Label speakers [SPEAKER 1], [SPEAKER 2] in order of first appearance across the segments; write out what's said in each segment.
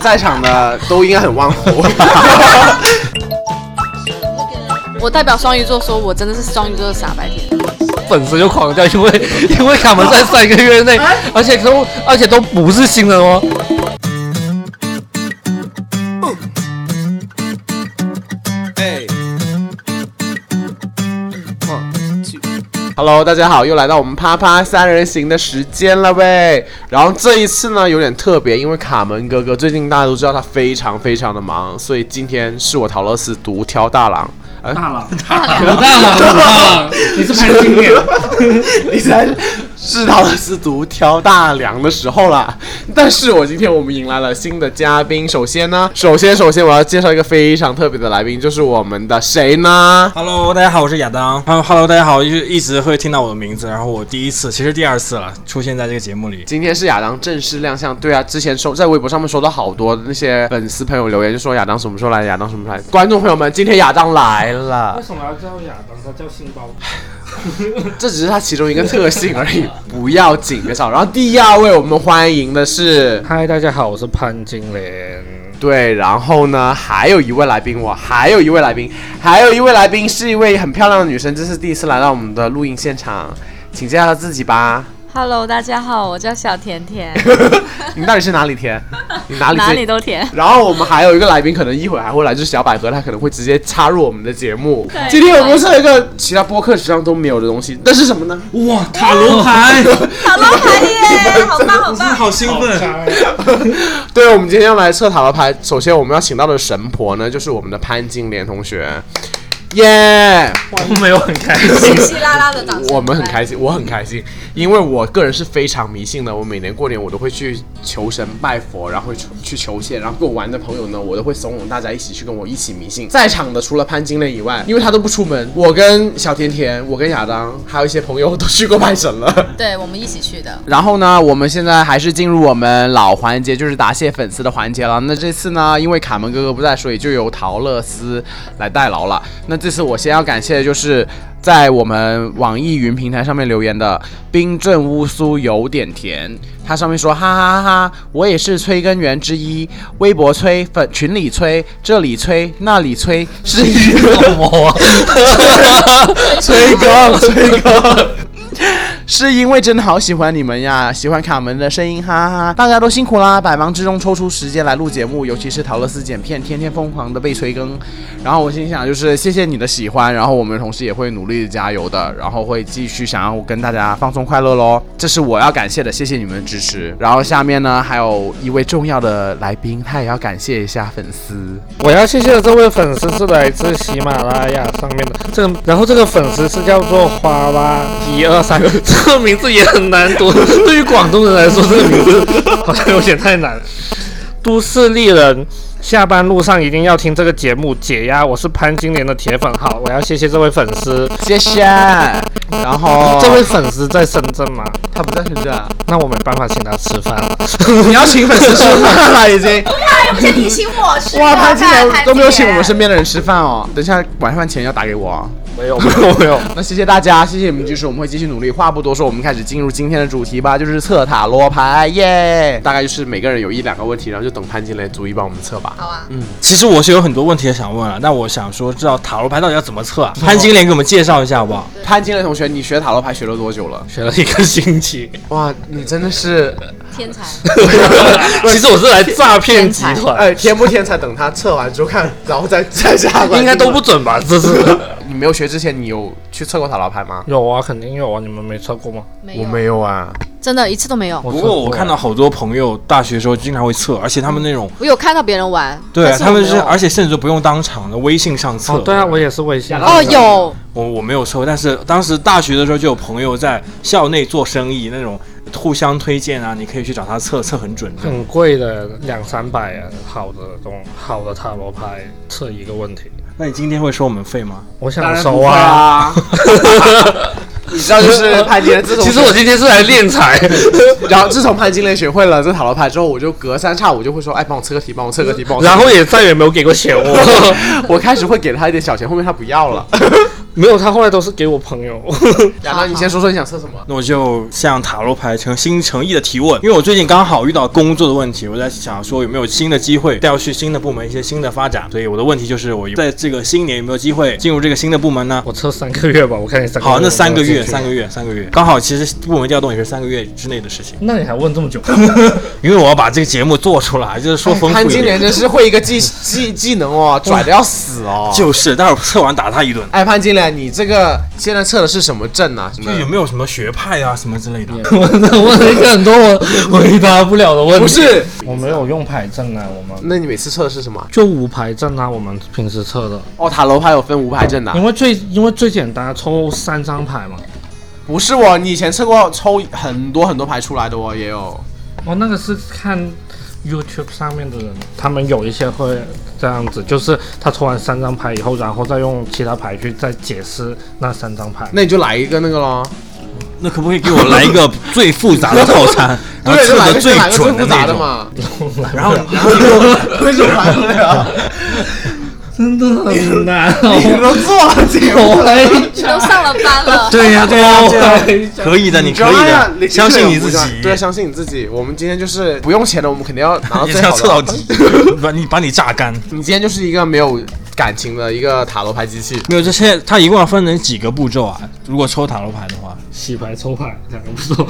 [SPEAKER 1] 在场的都应该很忘我。
[SPEAKER 2] 我代表双鱼座说，我真的是双鱼座的傻白甜。
[SPEAKER 3] 粉丝就狂掉，因 为因为他们在三个月内，而且都而且都哎 不是新人哦。
[SPEAKER 1] Hello，大家好，又来到我们啪啪三人行的时间了呗。然后这一次呢有点特别，因为卡门哥哥最近大家都知道他非常非常的忙，所以今天是我陶乐斯独挑大呃梁。
[SPEAKER 4] 大了，我大了，我大了，你是潘金莲，
[SPEAKER 1] 你才是陶乐斯独挑大梁的时候啦。但是我今天我们迎来了新的嘉宾，首先呢，首先首先我要介绍一个非常特别的来宾，就是我们的谁呢？
[SPEAKER 5] Hello，大家好，我是亚当。哈 Hello，大家好，就是一直会听到我的名字，然后我第一次，其实第二次了，出现在这个节目里。
[SPEAKER 1] 今天是亚当正式亮相，对啊，之前收在微博上面收到好多那些粉丝朋友留言，就说亚当什么时候来，亚当什么时候来。观众朋友们，今天亚当来了
[SPEAKER 4] 为，什么要叫亚当？他叫杏鲍。
[SPEAKER 1] 这只是他其中一个特性而已，不要紧，别吵。然后第二位我们欢迎的是，
[SPEAKER 3] 嗨，大家好，我是潘金莲。
[SPEAKER 1] 对，然后呢，还有一位来宾，哇，还有一位来宾，还有一位来宾是一位很漂亮的女生，这是第一次来到我们的录音现场，请介绍她自己吧。
[SPEAKER 2] Hello，大家好，我叫小甜甜，
[SPEAKER 1] 你到底是哪里甜？你哪里最
[SPEAKER 2] 哪里都 甜。
[SPEAKER 1] 然后我们还有一个来宾，可能一会儿还会来，就是小百合，她可能会直接插入我们的节目
[SPEAKER 2] 对。
[SPEAKER 1] 今天我们是一个其他播客史上都没有的东西，但是什么呢？
[SPEAKER 5] 哇，塔罗牌，
[SPEAKER 2] 塔罗牌耶，好棒好
[SPEAKER 5] 我真
[SPEAKER 2] 棒！
[SPEAKER 5] 的 哦好兴奋。
[SPEAKER 1] 对，我们今天要来测塔罗牌。首先我们要请到的神婆呢，就是我们的潘金莲同学，耶、
[SPEAKER 3] 我没有很开心。
[SPEAKER 2] 稀稀拉拉的掌声，
[SPEAKER 1] 我们很开心，我很开心，因为我个人是非常迷信的。我每年过年我都会去求神拜佛，然后会去求签，然后跟我玩的朋友呢，我都会怂恿大家一起去跟我一起迷信。在场的除了潘金莲以外，因为他都不出门，我跟小甜甜，我跟亚当，还有一些朋友都去过拜神了。
[SPEAKER 2] 对，我们一起去的。
[SPEAKER 1] 然后呢，我们现在还是进入我们老环节，就是答谢粉丝的环节了。那这次呢，因为卡门哥哥不在，所以就由陶乐斯来代劳了。那这次我先要感谢的就是在我们网易云平台上面留言的冰镇乌苏有点甜，他上面说哈哈哈哈，我也是催更员之一，微博催，粉群里催，这里催，那里催，是一个 吹哥，吹哥。是因为真的好喜欢你们呀，喜欢卡门的声音，哈哈哈！大家都辛苦啦，百忙之中抽出时间来录节目，尤其是陶乐斯剪片，天天疯狂的被催更。然后我心想，就是谢谢你的喜欢，然后我们同时也会努力的加油的，然后会继续想要跟大家放松快乐喽。这是我要感谢的，谢谢你们的支持。然后下面呢，还有一位重要的来宾，他也要感谢一下粉丝。
[SPEAKER 3] 我要谢谢的这位粉丝是来自喜马拉雅上面的，这个然后这个粉丝是叫做花啦一二三，这个名字也很难读，对于广东人来说，这个名字好像有点太难。都市丽人，下班路上一定要听这个节目解压。我是潘金莲的铁粉，好，我要谢谢这位粉丝。
[SPEAKER 1] 谢谢。然后
[SPEAKER 3] 这位粉丝在深圳 吗？
[SPEAKER 1] 他不在深圳、啊，
[SPEAKER 3] 那我没办法请他吃饭了。
[SPEAKER 1] 你要请粉丝吃饭了已经。
[SPEAKER 2] 哎，不是你请我吃
[SPEAKER 1] 哇，潘金莲都没有请我们身边的人吃饭哦。等一下晚饭前要打给我啊。
[SPEAKER 3] 没有，没有，没有。
[SPEAKER 1] 那谢谢大家，谢谢你们支持，我们会继续努力。话不多说，我们开始进入今天的主题吧，就是测塔罗牌耶。大概就是每个人有一两个问题，然后就等潘金莲逐一帮我们测吧。
[SPEAKER 2] 好啊，
[SPEAKER 5] 其实我是有很多问题也想问啊，但我想说，知道塔罗牌到底要怎么测啊？潘金莲给我们介绍一下好不好？
[SPEAKER 1] 潘金莲同学，你学塔罗牌 学了多久了？
[SPEAKER 3] 学了一个星期。
[SPEAKER 1] 哇，你真的是，
[SPEAKER 2] 天才，
[SPEAKER 3] 其实我是来 诈骗集团，
[SPEAKER 1] 哎，天不天才？等他测完之后看，然后再再下
[SPEAKER 3] 应该都不。准吧？这是
[SPEAKER 1] 你没有学之前，你有去测过塔罗牌吗？
[SPEAKER 3] 有啊，肯定有啊，你们没测过吗？
[SPEAKER 2] 没
[SPEAKER 1] 我
[SPEAKER 2] 有，
[SPEAKER 1] 没有啊。
[SPEAKER 2] 真的一次都没有。
[SPEAKER 5] 不过
[SPEAKER 3] 啊
[SPEAKER 5] 我
[SPEAKER 3] 哦
[SPEAKER 5] 看到好多朋友大学时候经常会测，而且他们那种，
[SPEAKER 2] 我有看到别人玩，
[SPEAKER 5] 嗯对啊
[SPEAKER 2] 但
[SPEAKER 5] 他们
[SPEAKER 2] 我没
[SPEAKER 5] 是，
[SPEAKER 2] 有
[SPEAKER 5] 而且甚至都不用当场的微信上测。
[SPEAKER 3] 哦，对啊，我也是微信。
[SPEAKER 2] 哦，有，
[SPEAKER 5] 我我没有抽，但是当时大学的时候就有朋友在校内做生意，那种互相推荐啊，你可以去找他测，测很准的。
[SPEAKER 3] 很贵的，两三百啊，好的这种好的塔罗牌测一个问题，
[SPEAKER 5] 那你今天会收我们费吗？
[SPEAKER 3] 我
[SPEAKER 1] 当
[SPEAKER 3] 想
[SPEAKER 1] 然
[SPEAKER 3] 收
[SPEAKER 1] 不会
[SPEAKER 3] 啊。
[SPEAKER 1] 啊！ 你知道，就是潘金莲自从
[SPEAKER 3] 其 实我今天是来练财，
[SPEAKER 1] 然后自从潘金莲学会了这塔罗牌之后，我就隔三差五就会说，哎，帮我测个题，帮我测个题，帮我测个
[SPEAKER 3] 然
[SPEAKER 1] 题。
[SPEAKER 3] 后也再也没有给过钱我。
[SPEAKER 1] 我开始会给他一点小钱，后面他不要了。
[SPEAKER 3] 没有，他后来都是给我朋友。
[SPEAKER 1] 亚当，你先说说你想测什么？
[SPEAKER 5] 那我就向塔罗牌诚心诚意的提问，因为我最近刚好遇到工作的问题，我在想说有没有新的机会调去新的部门，一些新的发展。所以我的问题就是，我在这个新年有没有机会进入这个新的部门呢？
[SPEAKER 3] 我测三个月吧，我看你三个月有
[SPEAKER 5] 好，那
[SPEAKER 3] 没有
[SPEAKER 5] 三个
[SPEAKER 3] 进
[SPEAKER 5] 月，
[SPEAKER 3] 去
[SPEAKER 5] 三个月，三个月，刚好其实部门调动也是三个月之内的事情，
[SPEAKER 3] 那你还问这么久？
[SPEAKER 5] 因为我要把这个节目做出来，就是说丰富
[SPEAKER 1] 潘
[SPEAKER 5] 一
[SPEAKER 1] 金莲
[SPEAKER 5] 点。
[SPEAKER 1] 真是会一个技技技能哦，拽的要死 哦。
[SPEAKER 5] 就是，待会儿测完打他一顿。
[SPEAKER 1] 哎，潘金莲，你这个现在测的是什么证啊？
[SPEAKER 5] 就有没有什么学派啊什么之类的？
[SPEAKER 3] 我问了一个很多我 回答不了的问题。
[SPEAKER 1] 不，是，
[SPEAKER 3] 我没有用牌阵啊，我们
[SPEAKER 1] 那你每次测的是什么？
[SPEAKER 3] 就五牌阵啊，我们平时测的，
[SPEAKER 1] 哦，塔罗牌有分无牌阵的啊
[SPEAKER 3] 因，为最因为最简单，抽三张牌嘛。
[SPEAKER 1] 不是我，你以前测过抽很多很多牌出来的哦，也有。
[SPEAKER 3] 哦，那个是看 YouTube 上面的人，他们有一些会这样子，就是他抽完三张牌以后，然后再用其他牌去再解释那三张牌。
[SPEAKER 1] 那你就来一个那个咯，
[SPEAKER 5] 那可不可以给我来一个最复杂的套 餐，然后
[SPEAKER 1] 对，就
[SPEAKER 5] 啊测
[SPEAKER 1] 来
[SPEAKER 5] 的
[SPEAKER 1] 个就来个最
[SPEAKER 5] 准
[SPEAKER 1] 复
[SPEAKER 5] 的
[SPEAKER 1] 杂
[SPEAKER 5] 那
[SPEAKER 1] 的
[SPEAKER 5] 种？
[SPEAKER 1] 嘛。
[SPEAKER 5] 然后，然后你给我
[SPEAKER 1] 为什么来不了？
[SPEAKER 3] 真的很难、哦
[SPEAKER 1] 你都做了这个。
[SPEAKER 3] 我来一
[SPEAKER 2] 你
[SPEAKER 3] 下。
[SPEAKER 2] 都上了班 了，
[SPEAKER 3] 对呀、对呀、我来一下。
[SPEAKER 5] 可以哦的，你可以
[SPEAKER 1] 刚呀
[SPEAKER 5] 的， 相信你自
[SPEAKER 1] 对，
[SPEAKER 5] 己。
[SPEAKER 1] 相信你自己。我们今天就是不用钱的，我们肯定要拿 到
[SPEAKER 5] 你
[SPEAKER 1] 最
[SPEAKER 5] 是
[SPEAKER 1] 好
[SPEAKER 5] 要
[SPEAKER 1] 的。
[SPEAKER 5] 测到底， 把你把你榨干。
[SPEAKER 1] 你今天就是一个没有感情的一个塔罗牌机器。
[SPEAKER 5] 没有，这现在它一共要分成几个步骤啊？如果抽塔罗牌的话，
[SPEAKER 3] 洗牌抽 牌，两个不错。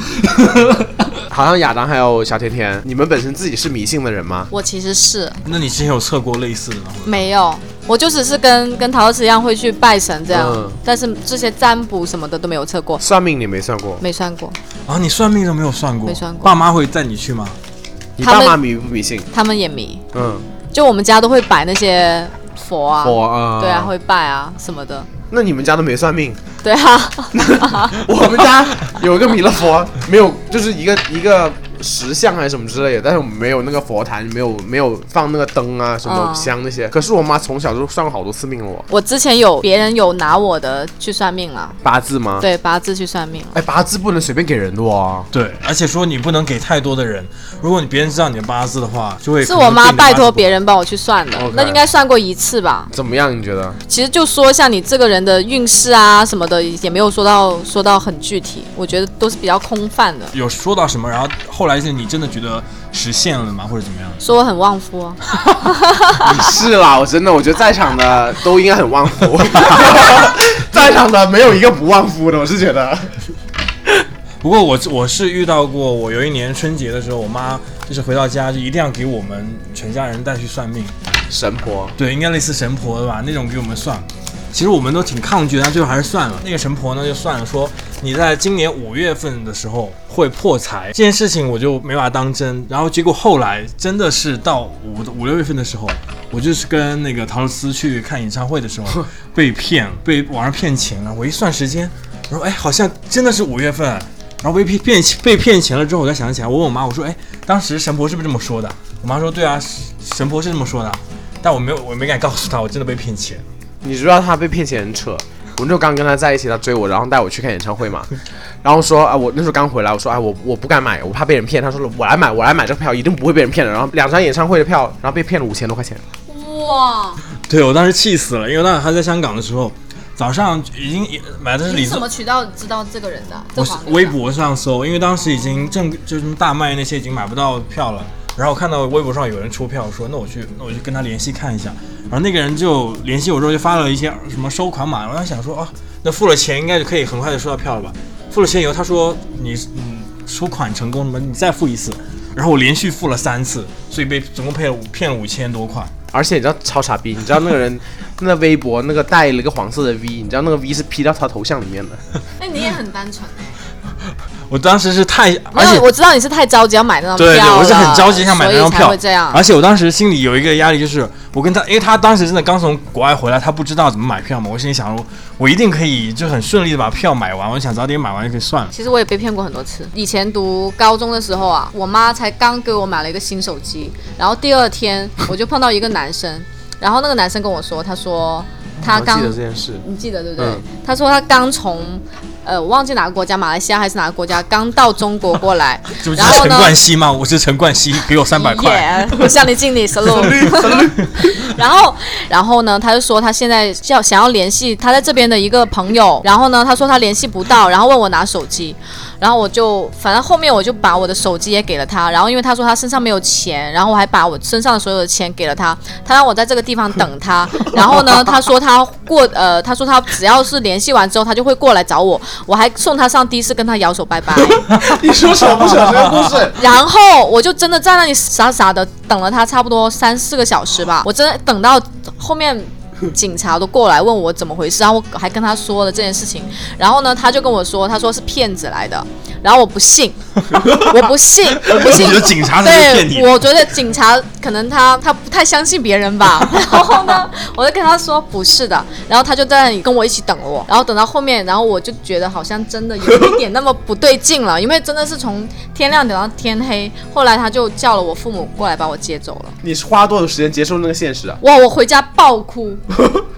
[SPEAKER 1] 好像亚当还有小甜甜，你们本身自己是迷信的人吗？
[SPEAKER 2] 我其实是
[SPEAKER 5] 那你之前有测过类似的吗？
[SPEAKER 2] 没有，我就只是跟跟陶老师一样会去拜神这样，
[SPEAKER 1] 嗯
[SPEAKER 2] 但是这些占卜什么的都没有测过，
[SPEAKER 1] 算命你没算过，
[SPEAKER 2] 没算过，
[SPEAKER 5] 啊，你算命都没有算过，
[SPEAKER 2] 没算过
[SPEAKER 5] 爸妈会带你去吗？
[SPEAKER 1] 你
[SPEAKER 2] 他
[SPEAKER 1] 爸
[SPEAKER 2] 们
[SPEAKER 1] 妈迷不迷信？
[SPEAKER 2] 他们也迷。
[SPEAKER 1] 嗯，
[SPEAKER 2] 就我们家都会摆那些佛啊，
[SPEAKER 1] 我啊，
[SPEAKER 2] 对啊，会拜啊什么的，
[SPEAKER 1] 那你们家都没算命？
[SPEAKER 2] 对啊，
[SPEAKER 1] 我们家有一个弥勒佛，没有，就是一个一个石像还是什么之类的，但是我们没有那个佛坛，没有没有放那个灯啊，什么
[SPEAKER 2] 嗯
[SPEAKER 1] 香那些。可是我妈从小就算过好多次命了我，
[SPEAKER 2] 我之前有别人有拿我的去算命了，
[SPEAKER 1] 八字
[SPEAKER 5] 啊
[SPEAKER 1] 吗？
[SPEAKER 2] 对八字去算命了，
[SPEAKER 1] 哎，八字不能随便给人的哦。
[SPEAKER 5] 对，而且说你不能给太多的人，如果你别人知道你的八字的话，就会
[SPEAKER 2] 是我妈拜托别
[SPEAKER 5] 人。
[SPEAKER 2] 人帮我去算的
[SPEAKER 5] 哦
[SPEAKER 1] OK
[SPEAKER 2] 那应该算过一次吧。
[SPEAKER 1] 怎么样？你觉得？
[SPEAKER 2] 其实就说一下你这个人的运势啊什么的，也没有说到说到很具体，我觉得都是比较空泛的。
[SPEAKER 5] 有说到什么，然后后来是你真的觉得实现了吗，或者怎么样？
[SPEAKER 2] 说我很旺夫啊，
[SPEAKER 1] 是啦，我真的，我觉得在场的都应该很旺 夫，在场的没有一个不旺夫的，我是觉得。
[SPEAKER 5] 不过我我是遇到过，我有一年春节的时候，我妈就是回到家就一定要给我们全家人带去算命，
[SPEAKER 1] 神婆，
[SPEAKER 5] 对，应该类似神婆的吧，那种给我们算。其实我们都挺抗拒的，但最后还是算了。那个神婆呢，就算了说你在今年五月份的时候会破财这件事情，我就没把它当真。然后结果后来真的是到五五六月份的时候，我就是跟那个陶乐斯去看演唱会的时候被骗，被网上骗钱了。我一算时间，我说哎，好像真的是五月份。啊然后被骗骗钱被骗钱了之后，我才想起来，我问我妈，我说哎，当时神婆是不是这么说的？我妈说对啊，神婆是这么说的。但我没有，我没敢告诉他，我真的被骗钱。
[SPEAKER 1] 你知道他被骗钱很扯。我那时候刚跟他在一起，他追我，然后带我去看演唱会嘛，然后说啊，我那时候刚回来，我说啊，我我不敢买，我怕被人骗。他说了，我来买，我来买这个票，一定不会被人骗的。然后两张演唱会的票，然后被骗了五千多块钱。
[SPEAKER 2] 哇，
[SPEAKER 5] 对我当时气死了，因为当时还在香港的时候，早上已经买的是李宗，
[SPEAKER 2] 渠道知道这个人的？啊
[SPEAKER 5] 我是微博上搜，因为当时已经正就是大麦那些已经买不到票了。然后我看到微博上有人出票，说那我去，那我去跟他联系看一下。然后那个人就联系我之后，就发了一些什么收款码。我在想说，哦，那付了钱应该就可以很快就收到票了吧？付了钱以后，他说你嗯收款成功了吗？你再付一次。然后我连续付了三次，所以被总共骗了五骗了五千多块。
[SPEAKER 1] 而且你知道超傻逼，你知道那个人那微博那个带了一个黄色的 V，你知道那个 V 是 P 到他头像里面的。
[SPEAKER 2] 那哎你也很单纯
[SPEAKER 5] 我当时是太，而
[SPEAKER 2] 没
[SPEAKER 5] 且
[SPEAKER 2] 有，我知道你是太着急要买那张票
[SPEAKER 5] 对对，我是很
[SPEAKER 2] 了
[SPEAKER 5] 着急想买那张
[SPEAKER 2] 所以才
[SPEAKER 5] 票
[SPEAKER 2] 会这样。
[SPEAKER 5] 而且我当时心里有一个压力，就是我跟他，因为他当时真的刚从国外回来，他不知道怎么买票嘛，我心里想说，我一定可以就很顺利的把票买完，我想早点买完就可以算了。
[SPEAKER 2] 其实我也被骗过很多次。以前读高中的时候啊，我妈才刚给我买了一个新手 机，然后第二天我就碰到一个男生，然后那个男生跟我说，他说。他
[SPEAKER 1] 我记
[SPEAKER 2] 刚
[SPEAKER 1] 得这件事，
[SPEAKER 2] 你记得对不对？
[SPEAKER 1] 嗯
[SPEAKER 2] 他说他刚从，呃，我忘记哪个国家，马来西亚还是哪个国家，刚到中国 过来，
[SPEAKER 5] 就是
[SPEAKER 2] 然后
[SPEAKER 5] 陈
[SPEAKER 2] 呢
[SPEAKER 5] 冠希吗？我是陈 冠希，给我三百块。
[SPEAKER 2] Yeah，我 向你敬 礼，salute。然后， 然后呢，他就说他现在要想要联系他在这边的一个朋友，然后呢，他说他联系不到，然后问我拿手机，然后我就反正后面我就把我的手机也给了他，然后因为他说他身上没有钱，然后我还把我身上所有的钱给了他，他让我在这个地方等 他，然后呢，他说他过呃，他说他只要是联系完之后，他就会过来找我，我还送他上的士跟他摇手拜拜。
[SPEAKER 1] 你说巧不巧这个故事？
[SPEAKER 2] 然后我就真的在那里傻傻的等了他差不多三四个小时吧，我真的等到后面。警察都过来问我怎么回事，然后我还跟他说了这件事情，然后呢，他就跟我说，他说是骗子来的，然后我不信，我不信，我不信
[SPEAKER 5] 你，的警察才是骗你
[SPEAKER 2] 对，
[SPEAKER 5] 的。
[SPEAKER 2] 我觉得警察可能他他不太相信别人 吧。然后呢，我就跟他说不是的，然后他就在那里跟我一起等了我。然后等到后面，然后我就觉得好像真的有一点那么不对劲了，因为真的是从天亮等到天黑。后来他就叫了我父母过来把我接走了。
[SPEAKER 1] 你是花多少时间接受那个现实啊？
[SPEAKER 2] 哇！我回家爆 哭，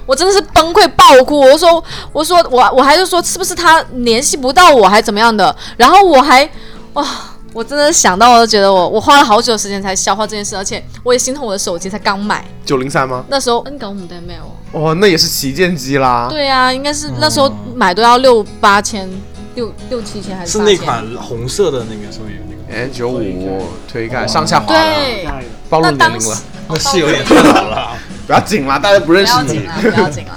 [SPEAKER 2] 我真的是崩溃爆哭。我说，我说，我我还是说，是不是他联系不到我，还怎么样的？然后我还，哇！我真的想到，我就觉得我我花了好久时间才消化这件事，而且我也心疼我的手机才刚买，
[SPEAKER 1] 九零三吗？
[SPEAKER 2] 那时候嗯，搞五代没有。
[SPEAKER 1] 哦，那也是旗舰机啦。
[SPEAKER 2] 对啊，应该是那时候
[SPEAKER 1] 哦
[SPEAKER 2] 买都要六八千，六六七千还
[SPEAKER 5] 是
[SPEAKER 2] 八
[SPEAKER 5] 那
[SPEAKER 2] 千？
[SPEAKER 5] 款红色的那个，是不是有那个？
[SPEAKER 1] N 哎九五推盖上下滑的，
[SPEAKER 2] 对，
[SPEAKER 1] 啊暴露
[SPEAKER 2] 那
[SPEAKER 1] 年
[SPEAKER 2] 当
[SPEAKER 1] 龄
[SPEAKER 2] 时
[SPEAKER 1] 了，
[SPEAKER 5] 那是有点太老了。啊
[SPEAKER 1] 不要紧啦，大家不
[SPEAKER 2] 不
[SPEAKER 1] 认识
[SPEAKER 2] 要紧
[SPEAKER 1] 你
[SPEAKER 2] 了。，不要紧 了。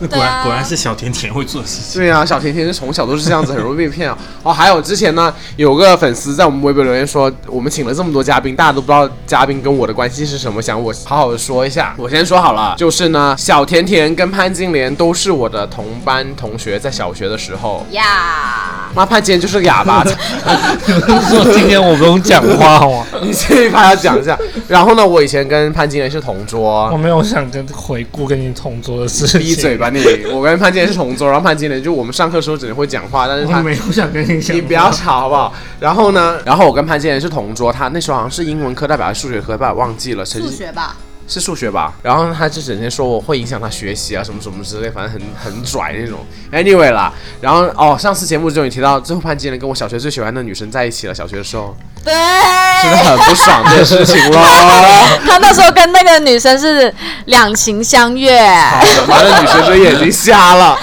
[SPEAKER 5] 那果
[SPEAKER 2] 对啊
[SPEAKER 5] 然果然是小甜甜会做的事情。
[SPEAKER 1] 对啊，小甜甜是从小都是这样子，很容易被骗啊。哦，还有之前呢，有个粉丝在我们微博留言说，我们请了这么多嘉宾，大家都不知道嘉宾跟我的关系是什么，想我好好的说一下。我先说好了，就是呢，小甜甜跟潘金莲都是我的同班同学，在小学的时候。
[SPEAKER 2] 呀，
[SPEAKER 1] 妈，潘金莲就是个哑巴，
[SPEAKER 3] 说今天我不用讲话好吗？
[SPEAKER 1] 你这一趴要讲一下。然后呢，我以前跟潘金莲是同桌
[SPEAKER 3] 我，没有想跟回顾跟你同桌的事情。
[SPEAKER 1] 闭嘴！吧你！我跟潘金莲是同桌，然后潘金莲就我们上课的时候只能会讲话，但是
[SPEAKER 3] 我
[SPEAKER 1] 她
[SPEAKER 3] 没有想跟你讲。
[SPEAKER 1] 你不要吵好不好？然后呢，然后我跟潘金莲是同桌，他那时候好像是英文课代表还是数学课代表，忘记了，成
[SPEAKER 2] 数
[SPEAKER 1] 绩
[SPEAKER 2] 学吧，
[SPEAKER 1] 是数学吧？然后他就整天说我会影响他学习啊，什么什么之类，反正很很拽那种。Anyway 啦，然后哦，上次节目中也提到，最后潘金莲跟我小学最喜欢的女生在一起了，小学的时候
[SPEAKER 2] 对，
[SPEAKER 1] 真的很不爽这件事情咯。
[SPEAKER 2] 他那时候跟那个女生是两情相悦，
[SPEAKER 1] 好的，反正女生就眼睛瞎了。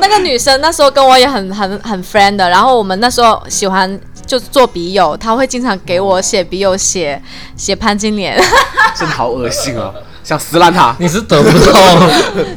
[SPEAKER 2] 那个女生那时候跟我也很很很 friend 的，然后我们那时候喜欢就做笔友，她会经常给我写笔友写写潘金莲，
[SPEAKER 1] 真的好恶心啊！想撕烂他。
[SPEAKER 3] 你是得不到，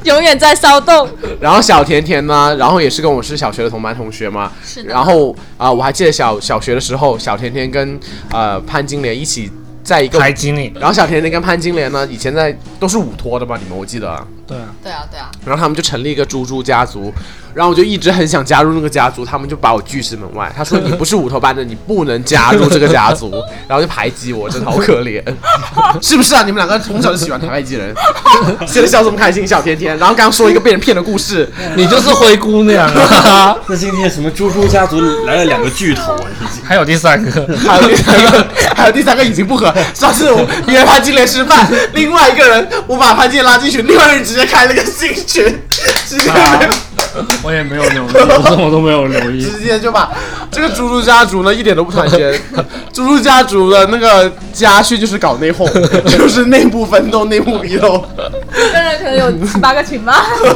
[SPEAKER 2] 永远在骚动。
[SPEAKER 1] 然后小甜甜呢，然后也是跟我是小学的同班同学嘛。
[SPEAKER 2] 是
[SPEAKER 1] 然后啊、我还记得小小学的时候，小甜甜跟呃潘金莲一起在一个。
[SPEAKER 3] 排挤你。
[SPEAKER 1] 然后小甜甜跟潘金莲呢，以前在都是午托的吧？你们我记得啊。
[SPEAKER 3] 对啊，
[SPEAKER 2] 对啊对啊，
[SPEAKER 1] 然后他们就成立一个猪猪家族，然后我就一直很想加入那个家族，他们就把我拒之门外。他说你不是五头班的，你不能加入这个家族，然后就排挤我，真的好可怜，是不是啊？你们两个从小就喜欢排挤人，现在笑这么开心，小甜甜。然后刚刚说一个被人骗的故事，
[SPEAKER 3] 你就是灰姑娘啊！
[SPEAKER 5] 那今天什么猪猪家族来了两个巨头啊，已 经。
[SPEAKER 3] 还有第三个，
[SPEAKER 1] 还有第 三个，还有第三个已经不合。上次我约潘金莲吃饭，另外一个人我把潘金莲拉进群，另外一个人直接开了个新群，直接没有。
[SPEAKER 3] 我也没有留意，我什么都没有留意。
[SPEAKER 1] 直接就把这个猪猪家族呢一点都不团结， 猪猪家族的那个家训就是搞内讧， 就是内部分斗、内部批斗。
[SPEAKER 2] 一个人可能有七八个群吧。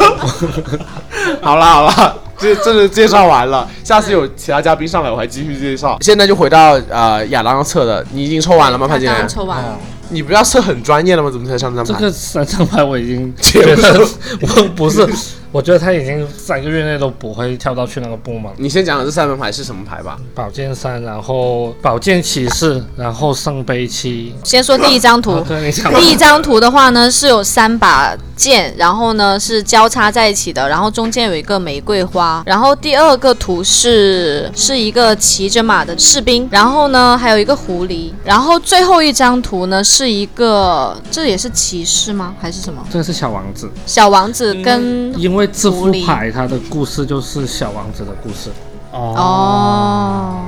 [SPEAKER 1] 好啦好啦，这这是介绍完了，下次有其他嘉宾上来我还继续介绍。现在就回到呃亚当要测的，你已经抽完了吗？潘
[SPEAKER 2] 刚
[SPEAKER 1] 金莲
[SPEAKER 2] 刚，抽完了，
[SPEAKER 1] 你不要测很专业了吗？怎么才上这
[SPEAKER 3] 这
[SPEAKER 1] 张牌？
[SPEAKER 3] 个三张牌我已经觉得， 我不是，我觉得他已经三个月内都不会跳到去那个部门。
[SPEAKER 1] 你先讲讲这三张牌是什么牌吧。
[SPEAKER 3] 宝剑三，然后宝剑骑士，然后圣杯七。
[SPEAKER 2] 先说第一张
[SPEAKER 3] 哦
[SPEAKER 2] 图，
[SPEAKER 3] 对，你讲吧
[SPEAKER 2] 第一张图的话呢，是有三把剑，然后呢是交叉在一起的，然后中间有一个玫瑰花。然后第二个图是是一个骑着马的士兵，然后呢还有一个狐狸。然后最后一张图呢是一个，这也是骑士吗？还是什么？
[SPEAKER 3] 这个是小王子，
[SPEAKER 2] 小王子跟、
[SPEAKER 3] 因为这副牌它的故事就是小王子的故事，
[SPEAKER 2] 哦。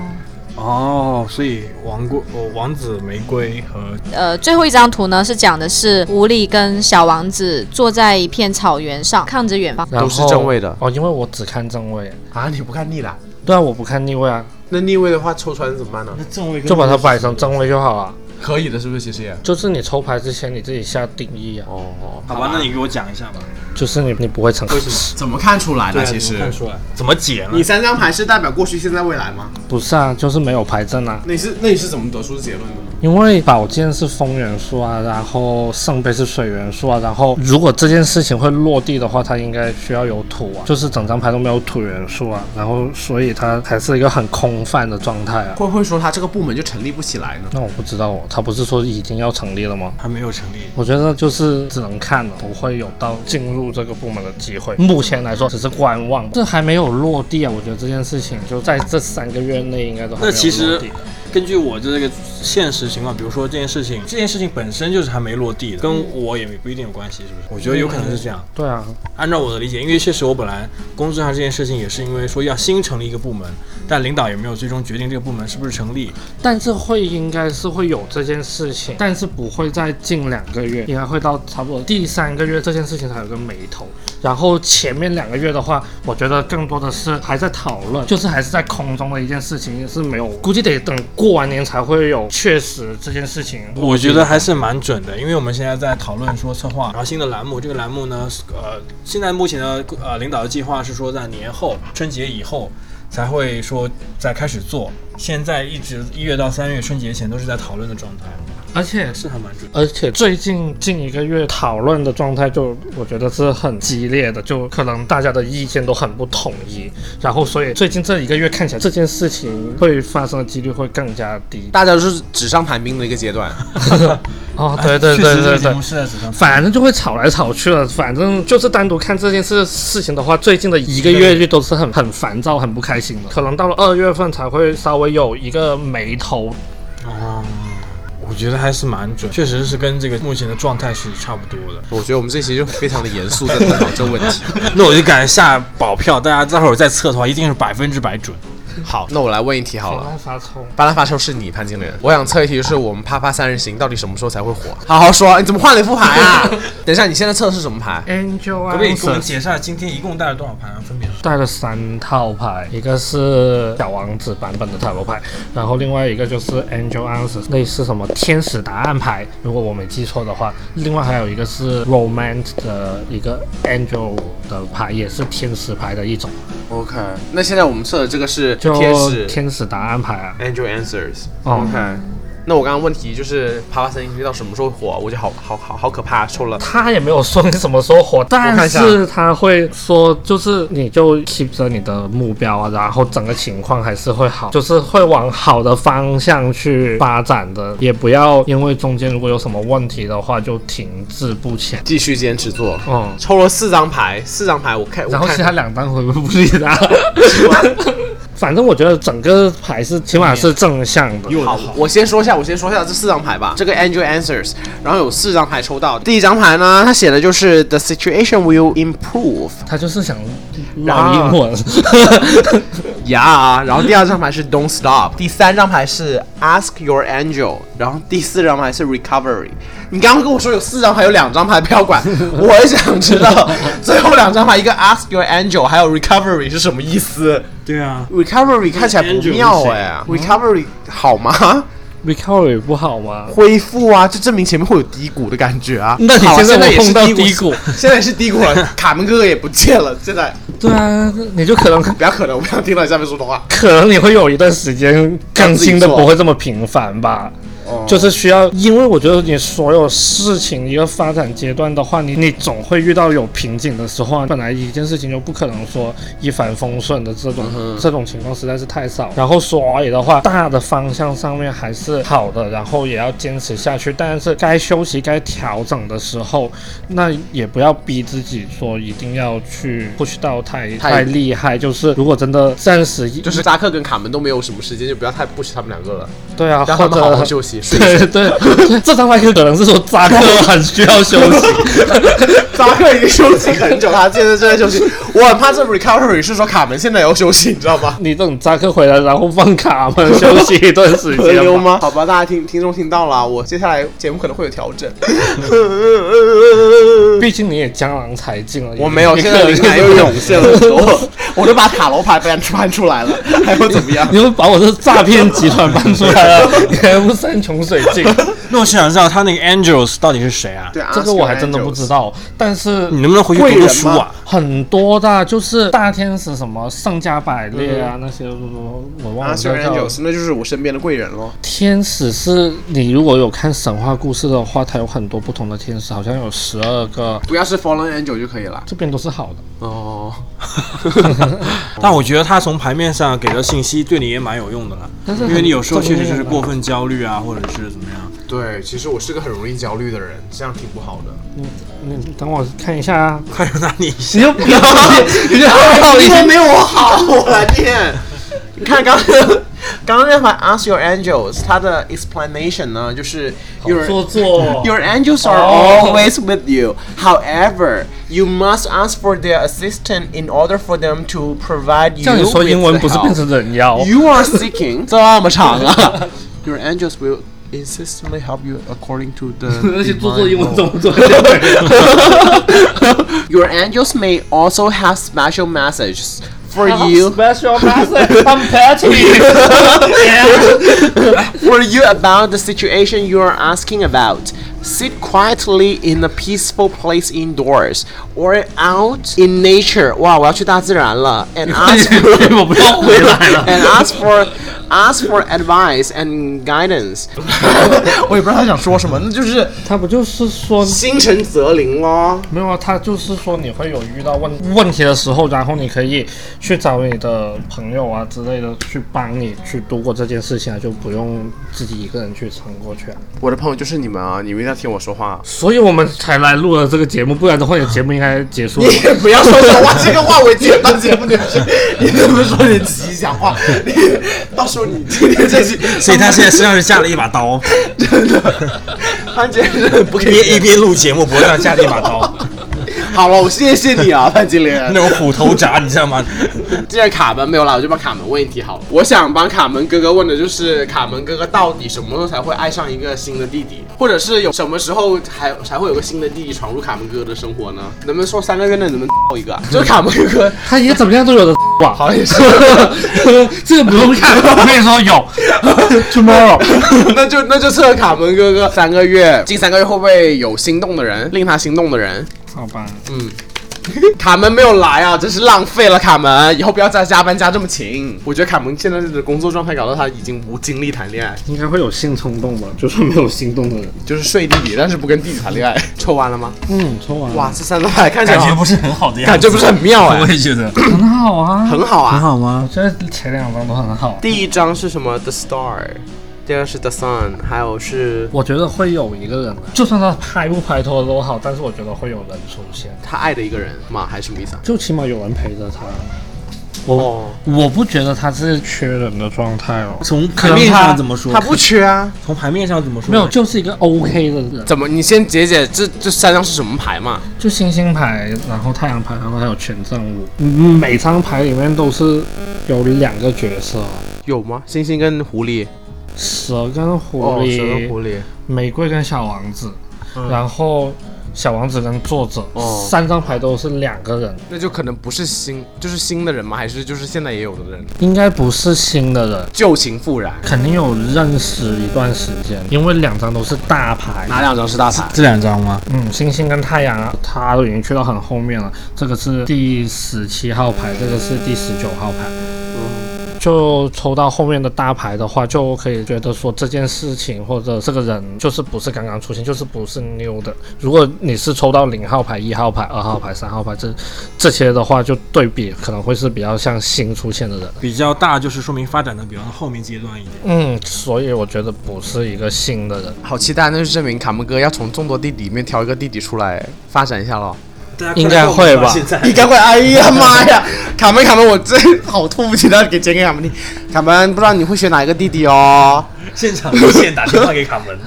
[SPEAKER 5] 哦，所以王贵、哦、王子玫瑰和
[SPEAKER 2] 呃，最后一张图呢是讲的是狐狸跟小王子坐在一片草原上，看着远方。
[SPEAKER 3] 然后
[SPEAKER 1] 都是正位的
[SPEAKER 3] 哦，因为我只看正位。
[SPEAKER 6] 啊，你不看逆啦？
[SPEAKER 3] 对啊，我不看逆位啊，
[SPEAKER 6] 那逆位的话抽出来怎么办呢？
[SPEAKER 5] 那正位跟
[SPEAKER 3] 就把它摆成正位就好了。
[SPEAKER 6] 可以的，是不是？其实也
[SPEAKER 3] 就是你抽牌之前你自己下定义啊，
[SPEAKER 6] 哦，
[SPEAKER 5] 好吧？那你给我讲一下吧。
[SPEAKER 3] 就是你你不会成，
[SPEAKER 1] 怎么看出来
[SPEAKER 5] 对
[SPEAKER 1] 呢？
[SPEAKER 5] 啊
[SPEAKER 1] 其
[SPEAKER 5] 怎么
[SPEAKER 1] 实
[SPEAKER 5] 看出来怎么解呢
[SPEAKER 1] 你？三张牌是代表过去、现在、未来吗？
[SPEAKER 3] 不是啊，就是没有牌阵啊。
[SPEAKER 1] 那你是那你是怎么得出结论的？
[SPEAKER 3] 因为宝剑是风元素啊，然后圣杯是水元素啊，然后如果这件事情会落地的话，它应该需要有土啊，就是整张牌都没有土元素啊，然后所以它还是一个很空泛的状态啊。
[SPEAKER 1] 会不会说他这个部门就成立不起来呢？
[SPEAKER 3] 那我不知道哦，它不是说已经要成立了吗？
[SPEAKER 5] 还没有成立。
[SPEAKER 3] 我觉得就是只能看了，不会有到进入这个部门的机会。目前来说只是观望，这还没有落地啊。我觉得这件事情就在这三个月内应该都还没
[SPEAKER 5] 那
[SPEAKER 3] 有
[SPEAKER 5] 其实
[SPEAKER 3] 落地的
[SPEAKER 5] 根据我的这个现实情况，比如说这件事情，这件事情本身就是还没落地的，跟我也不一定有关系，是不是？我觉得有可能是这样。
[SPEAKER 3] 对啊，
[SPEAKER 5] 按照我的理解，因为确实我本来工作上这件事情也是因为说要新成立一个部门，但领导也没有最终决定这个部门是不是成立。
[SPEAKER 3] 但是会应该是会有这件事情，但是不会在近两个月，应该会到差不多第三个月这件事情才有个眉头。然后前面两个月的话，我觉得更多的是还在讨论，就是还是在空中的一件事情，是没有，估计得等过完年才会有确实这件事情。
[SPEAKER 5] 我觉得还是蛮准的，因为我们现在在讨论说策划，然后新的栏目，这个栏目呢，呃，现在目前的呃领导的计划是说在年后春节以后才会说再开始做，现在一直一月到三月春节前都是在讨论的状态，
[SPEAKER 3] 而且
[SPEAKER 5] 是还蛮准。
[SPEAKER 3] 而且最近近一个月讨论的状态就，我觉得是很激烈的，就可能大家的意见都很不统一，然后所以最近这一个月看起来这件事情会发生的几率会更加低。
[SPEAKER 1] 大家都是纸上谈兵的一个阶段，
[SPEAKER 3] 哦，对对对
[SPEAKER 5] 确实这
[SPEAKER 3] 对
[SPEAKER 5] 个节
[SPEAKER 3] 对
[SPEAKER 5] 目，是在纸上
[SPEAKER 3] 反正就会吵来吵去了。反正就是单独看这件事事情的话，最近的一个月就都是很很烦躁、很不开心的。可能到了二月份才会稍微有一个眉头。
[SPEAKER 5] 哦，我觉得还是蛮准，确实是跟这个目前的状态是差不多的。
[SPEAKER 1] 我觉得我们这期就非常的严肃在探讨这个问题。
[SPEAKER 5] 那我就敢下保票，大家待会儿再测的话，一定是百分之百准。
[SPEAKER 1] 好，那我来问一题好了。
[SPEAKER 3] 发冲。
[SPEAKER 1] 巴拉发球是你潘金莲，我想测一题，就是我们啪啪三人行到底什么时候才会火？好好说，你怎么换了一副牌 啊？等一下，你现在测的是什么牌？
[SPEAKER 3] Angel
[SPEAKER 5] 可
[SPEAKER 3] 啊
[SPEAKER 5] 不可以给我们解释一下今天一共带了多少盘啊？分别是？
[SPEAKER 3] 带了三套牌，一个是小王子版本的塔罗牌，然后另外一个就是 Angel Answers，类似什么天使答案牌，如果我没记错的话。另外还有一个是 Romance 的一个 Angel 的牌，也是天使牌的一种，
[SPEAKER 1] OK，那现在我们测的这个是
[SPEAKER 3] 就
[SPEAKER 1] 天使
[SPEAKER 3] 天使答案牌啊。
[SPEAKER 1] Angel Answers。
[SPEAKER 3] 哦
[SPEAKER 1] OK，那我刚刚问题就是啪啪三人行到什么时候火？我就好好好好可怕，抽了。
[SPEAKER 3] 他也没有说你什么时候火，
[SPEAKER 1] 看
[SPEAKER 3] 但
[SPEAKER 1] 一下
[SPEAKER 3] 是他会说，就是你就 keep 着你的目标啊，然后整个情况还是会好，就是会往好的方向去发展的，也不要因为中间如果有什么问题的话就停滞不前。
[SPEAKER 1] 继续坚持做，
[SPEAKER 3] 嗯，
[SPEAKER 1] 抽了四张牌，四张牌我看，
[SPEAKER 3] 然后
[SPEAKER 1] 我看
[SPEAKER 3] 其他两单回不是他。反正我觉得整个牌是起码是正向的，
[SPEAKER 1] 好，我先说一下，我先说一下这四张牌吧。这个 Angel Answers，然后有四张牌抽到。第一张牌呢，它写的就是 The situation will improve，
[SPEAKER 3] 他就是想老英文。
[SPEAKER 1] 呀然后第二张牌是 Don't Stop，第三张牌是 Ask Your Angel，然后第四张牌是 Recovery。你刚刚跟我说有四张牌，有两张牌不要管， 我也想知道最后两张牌，一个 Ask Your Angel，还有 Recovery 是什么意思
[SPEAKER 5] 对啊，
[SPEAKER 1] ？Recovery 看起来不妙哎、r e c o v e r y 好吗？
[SPEAKER 3] recovery 不好吗？
[SPEAKER 1] 恢复啊，就证明前面会有低谷的感觉啊。
[SPEAKER 3] 那你
[SPEAKER 1] 好啊
[SPEAKER 3] 现在
[SPEAKER 1] 现在也
[SPEAKER 3] 我
[SPEAKER 1] 是
[SPEAKER 3] 碰到
[SPEAKER 1] 低
[SPEAKER 3] 低谷，
[SPEAKER 1] 现在是低谷了，卡门哥哥也不见了，现在
[SPEAKER 3] 对啊，你就可能
[SPEAKER 1] 不要可能，我不想听到你下面说的话。
[SPEAKER 3] 可能你会有一段时间更新的不会这么频繁吧。就是需要，因为我觉得你所有事情一个发展阶段的话，你你总会遇到有瓶颈的时候啊。本来一件事情就不可能说一帆风顺的这种、这种情况实在是太少。然后所以的话，大的方向上面还是好的，然后也要坚持下去。但是该休息、该调整的时候，那也不要逼自己说一定要去 push 到太
[SPEAKER 1] 太
[SPEAKER 3] 太厉害。就是如果真的暂时
[SPEAKER 1] 嗯就是扎克跟卡门都没有什么时间，就不要太 push 他们两个了，
[SPEAKER 3] 对啊，
[SPEAKER 1] 让
[SPEAKER 3] 或
[SPEAKER 1] 他们好好
[SPEAKER 3] 者
[SPEAKER 1] 休息，睡一
[SPEAKER 3] 对
[SPEAKER 1] 睡。
[SPEAKER 3] 对对，这张牌可能是说扎克 很需要休息，
[SPEAKER 1] 扎克已经休息很 久，他现在正在休息。我很怕这 recovery 是说卡门现在要休息，你知道 吗？
[SPEAKER 3] 你这种扎克回来然后放卡们休息一段时
[SPEAKER 1] 轮
[SPEAKER 3] 间
[SPEAKER 1] 流
[SPEAKER 3] 吧。
[SPEAKER 1] 吗？好吧，大家听听众听到了，我接下来节目可能会有调 整。
[SPEAKER 3] 毕竟你也江郎才尽了，
[SPEAKER 1] 我没有，
[SPEAKER 3] 你
[SPEAKER 1] 现
[SPEAKER 3] 可
[SPEAKER 1] 在
[SPEAKER 3] 能
[SPEAKER 1] 灵感又涌 现了，我我都把塔罗牌搬搬出 来了，还会怎么样？
[SPEAKER 3] 你又把我这诈骗集团搬出来了， 你还不山穷水尽？
[SPEAKER 5] 那我是想知道他那个 Angels 到底是谁啊？
[SPEAKER 1] 对啊，
[SPEAKER 3] 这个我还真的不知。道。但是
[SPEAKER 1] 嗯
[SPEAKER 5] 你能不能回去读读书
[SPEAKER 1] 贵人
[SPEAKER 5] 啊？
[SPEAKER 3] 很多的，就是大天使什么圣加百列
[SPEAKER 1] 嗯
[SPEAKER 3] 啊、那些，我我忘
[SPEAKER 1] 阿
[SPEAKER 3] 了
[SPEAKER 1] 修
[SPEAKER 3] 叫
[SPEAKER 1] 人
[SPEAKER 3] 叫
[SPEAKER 1] 九。那啊就是我身边的贵人咯。
[SPEAKER 3] 天使是你如果有看神话故事的话，它有很多不同的天使，好像有十二个，
[SPEAKER 1] 不要是 Fallen Angel 就可以了。
[SPEAKER 3] 这边都是好的。
[SPEAKER 1] 哦，
[SPEAKER 5] 但我觉得他从牌面上给的信息对你也蛮有用的啦，
[SPEAKER 3] 但是很
[SPEAKER 5] 因为你有时候确实就是过分焦虑啊，或者是怎么样。
[SPEAKER 1] 对，其实我是个很容易焦虑的人，这样挺不好的。
[SPEAKER 3] 你你等我看一下啊，
[SPEAKER 5] 快点 拿你一下
[SPEAKER 3] 你就不要，你就不
[SPEAKER 1] 你
[SPEAKER 3] 要，
[SPEAKER 1] 没有我好，我来念。你看刚刚刚刚那款 Ask Your Angels，它的 explanation 呢，就是
[SPEAKER 7] 好做作，哦
[SPEAKER 1] Your angels are always with you. However, you must ask for their assistance in order for them to provide you
[SPEAKER 3] 这样你
[SPEAKER 1] with
[SPEAKER 3] 说英文不是
[SPEAKER 1] the
[SPEAKER 3] 变成人妖
[SPEAKER 1] help？You are seeking 这么长啊？Your angels will insistently help you according to the
[SPEAKER 7] 而且做作
[SPEAKER 1] divine
[SPEAKER 7] 英文
[SPEAKER 1] law.
[SPEAKER 7] 怎么 做？
[SPEAKER 1] Your angels may also have special messages for you
[SPEAKER 7] Special message from Patty。
[SPEAKER 1] for you about the situation you are asking about. Sit quietly in a peaceful place indoors or out in nature. 哇，我要去大自然了。And ask for
[SPEAKER 3] 我不要回来了。
[SPEAKER 1] and ask for ask for advice and guidance。我也不知道他想说什么，那就是
[SPEAKER 3] 他不就是说
[SPEAKER 1] 心诚则灵咯。
[SPEAKER 3] 没有啊，他就是说你会有遇到问问题的时候，然后你可以去找你的朋友啊之类的去帮你去度过这件事情啊，就不用自己一个人去撑过去啊。
[SPEAKER 1] 我的朋友就是你们啊，你们一定要听我说话。
[SPEAKER 3] 所以我们才来录了这个节目，不然的话，你的节目应该结 束了吧。
[SPEAKER 1] 不要说这话，这个话我接到节目里去，你怎么说你吉祥话？你到时候你今天这期，
[SPEAKER 5] 所以他现在身上是架了一把刀，
[SPEAKER 1] 潘杰伦不
[SPEAKER 5] 一边一边录节目，脖子上架了一把刀，
[SPEAKER 1] 好了，我谢谢你啊，潘金莲
[SPEAKER 5] 那。种虎头铡，啊你知道吗？
[SPEAKER 1] 既然卡门没有来，我就帮卡门问一题好了。我想帮卡门哥哥问的就是，卡门哥哥到底什么时候才会爱上一个新的弟弟，或者是有什么时候还才会有个新的弟弟闯入卡门哥哥的生活呢？能不能说三个月内能不能一个啊？就是卡门哥哥
[SPEAKER 3] 他爷怎么样都有的 哇，
[SPEAKER 1] 好像也是，
[SPEAKER 3] 这个不用看，我跟你说有 tomorrow。
[SPEAKER 1] 那就那就测卡门哥哥三个月，近三个月会不会有心动的人，令他心动的人？
[SPEAKER 3] 好吧，
[SPEAKER 1] 卡门没有来啊，真是浪费了卡门，以后不要再加班加这么勤。我觉得卡门现在的工作状态搞到他已经无精力谈恋爱，
[SPEAKER 3] 应该会有性冲动吧？就算没有心动的人，
[SPEAKER 1] 就是睡弟弟，但是不跟弟弟谈恋爱。 抽完了吗？
[SPEAKER 3] 嗯，抽完了，
[SPEAKER 1] 哇，这三张牌看起来
[SPEAKER 5] 感觉
[SPEAKER 1] 好
[SPEAKER 5] 不是很好的样子，
[SPEAKER 1] 感觉不是很妙哎、
[SPEAKER 5] 我也觉得
[SPEAKER 3] 很好 啊，
[SPEAKER 1] 很好啊。
[SPEAKER 5] 好吗？
[SPEAKER 3] 我觉得前两张都很好。
[SPEAKER 1] 第一张是什么？The Star，第二是 The Sun，还有是
[SPEAKER 3] 我觉得会有一个人，就算他拍不拍拖都好，但是我觉得会有人出现，
[SPEAKER 1] 他爱的一个人嘛，还是什么意思啊？
[SPEAKER 3] 就起码有人陪着他。我、
[SPEAKER 1] 哦，
[SPEAKER 3] 我不觉得他是缺人的状态哦，
[SPEAKER 5] 从牌面上怎么说？
[SPEAKER 1] 他不缺啊。
[SPEAKER 5] 从牌面上怎么说？
[SPEAKER 3] 没有，就是一个 OK 的人，
[SPEAKER 1] 怎么？你先解解这这三张是什么牌嘛？
[SPEAKER 3] 就星星牌，然后太阳牌，然后还有权杖五，嗯每张牌里面都是有两个角色，
[SPEAKER 1] 有吗？星星跟狐狸，
[SPEAKER 3] 蛇跟狐
[SPEAKER 1] 哦，蛇
[SPEAKER 3] 狸，
[SPEAKER 1] 跟狐狸，嗯
[SPEAKER 3] 玫瑰跟小王子，然后小王子跟作者，
[SPEAKER 1] 哦
[SPEAKER 3] 三张牌都是两个人，
[SPEAKER 1] 那就可能不是新，就是新的人吗？还是就是现在也有的人？
[SPEAKER 3] 应该不是新的人。
[SPEAKER 1] 旧情复燃，
[SPEAKER 3] 肯定有认识一段时间，因为两张都是大牌，
[SPEAKER 1] 哪两张是大牌？
[SPEAKER 5] 这两张吗？
[SPEAKER 3] 嗯，星星跟太阳啊，他都已经去到很后面了。这个是第十七号牌，这个是第十九号牌。嗯就抽到后面的大牌的话，就可以觉得说这件事情或者这个人就是不是刚刚出现，就是不是 new 的。如果你是抽到零号牌、一号牌、二号牌、三号牌这这些的话，就对比可能会是比较像新出现的人。
[SPEAKER 5] 比较大，就是说明发展的比较后面阶段一点。
[SPEAKER 3] 嗯，所以我觉得不是一个新的人。
[SPEAKER 1] 好期待，那就证明卡门哥要从众多弟弟里面挑一个弟弟出来发展一下 咯。
[SPEAKER 3] 应该会吧
[SPEAKER 5] 现在
[SPEAKER 1] 应该会，哎呀妈呀， 卡门卡门，我真好吐不起他给钱给卡门你。卡门不知道你会选哪一个弟弟哦？
[SPEAKER 5] 现场热线打电话给卡门。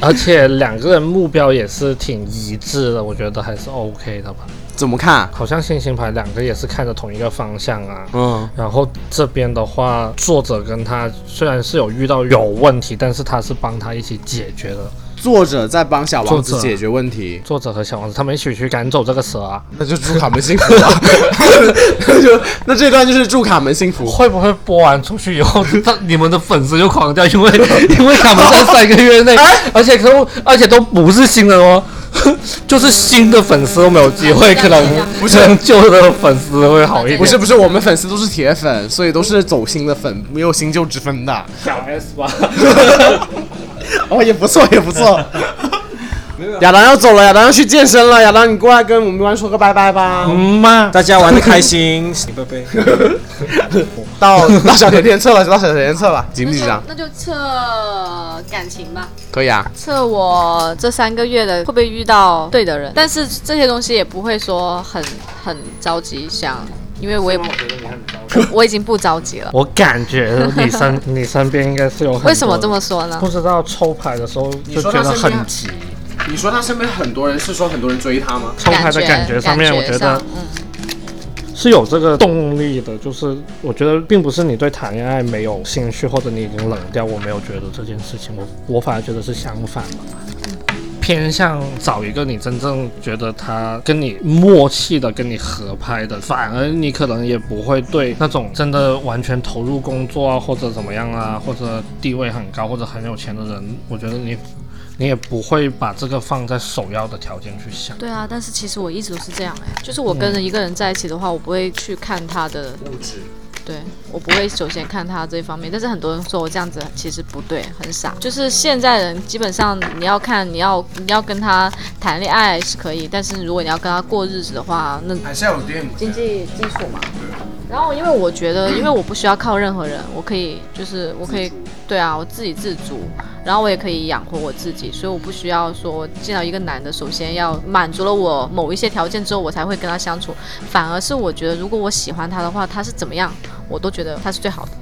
[SPEAKER 3] 而且两个人目标也是挺一致的，我觉得还是 OK 的吧。
[SPEAKER 1] 怎么看？
[SPEAKER 3] 好像星星牌两个也是看着同一个方向啊。
[SPEAKER 1] 嗯，
[SPEAKER 3] 然后这边的话，作者跟他虽然是有遇到有问题，但是他是帮他一起解决的。
[SPEAKER 1] 作者在帮小王子
[SPEAKER 3] 作者
[SPEAKER 1] 解决问 题，
[SPEAKER 3] 作者和小王子他们一起去赶走这个蛇啊，
[SPEAKER 1] 那就祝卡门 幸福吧。那就那这段就是祝卡门幸福。
[SPEAKER 3] 会不会播完出去 以后，他你们的粉丝就狂掉？因为因为他们在三个月
[SPEAKER 1] 啊
[SPEAKER 3] 内，而且都而且都不是新人哦， 就是新的粉丝都没有机会，可能
[SPEAKER 1] 不是
[SPEAKER 3] 可能旧的粉丝会好一点。
[SPEAKER 1] 不是不是，我们粉丝都是铁粉，所以都是走心的粉，没有新旧之分的。
[SPEAKER 4] 小 S 吧。
[SPEAKER 1] 哦，也不错，也不 错。亚当要走了，亚当要去健身了。亚当，你过来跟我们班说个拜拜吧。
[SPEAKER 3] 嗯嘛，
[SPEAKER 5] 大家玩的开心，拜拜。
[SPEAKER 1] 到到小甜甜测了，到小甜甜测了，紧不紧张？
[SPEAKER 2] 那就测感情吧，
[SPEAKER 1] 可以啊。
[SPEAKER 2] 测我这三个月的会不会遇到对的人，但是这些东西也不会说很很着急想，因为我也不，我已经不着急了。
[SPEAKER 3] 我感觉你身 你身边应该是有很多
[SPEAKER 2] 为什么这么说呢
[SPEAKER 3] 不？知道抽牌的时候就
[SPEAKER 6] 说
[SPEAKER 3] 觉
[SPEAKER 6] 他
[SPEAKER 3] 得
[SPEAKER 6] 身边
[SPEAKER 3] 很急，
[SPEAKER 6] 你说他身边很多人是说很多人追他吗？
[SPEAKER 3] 抽牌的感觉上面，我觉得
[SPEAKER 2] 上嗯，
[SPEAKER 3] 是有这个动力的，就是我觉得并不是你对谈恋爱没有兴趣，或者你已经冷掉，我没有觉得这件事情，我我反而觉得是相反的，偏向找一个你真正觉得他跟你默契的、跟你合拍的，反而你可能也不会对那种真的完全投入工作啊，或者怎么样啊，或者地位很高或者很有钱的人，我觉得你你也不会把这个放在首要的条件去想。
[SPEAKER 2] 对啊，但是其实我一直都是这样哎、就是我跟着一个人在一起的话，我不会去看他的
[SPEAKER 6] 物质。
[SPEAKER 2] 对我不会首先看他这一方面，但是很多人说我这样子其实不对，很傻。就是现在人基本上你要看你要你要跟他谈恋爱是可以，但是如果你要跟他过日子的话，那
[SPEAKER 6] 还是要有电
[SPEAKER 2] 经济基础嘛。然后因为我觉得，因为我不需要靠任何人，我可以就是我可以对啊，我自给自足，然后我也可以养活我自己，所以我不需要说哦见到一个男的，首先要满足了我某一些条件之后，我才会跟他相处。反而是我觉得，如果我喜欢他的话，他是怎么样，我都觉得他是最好的。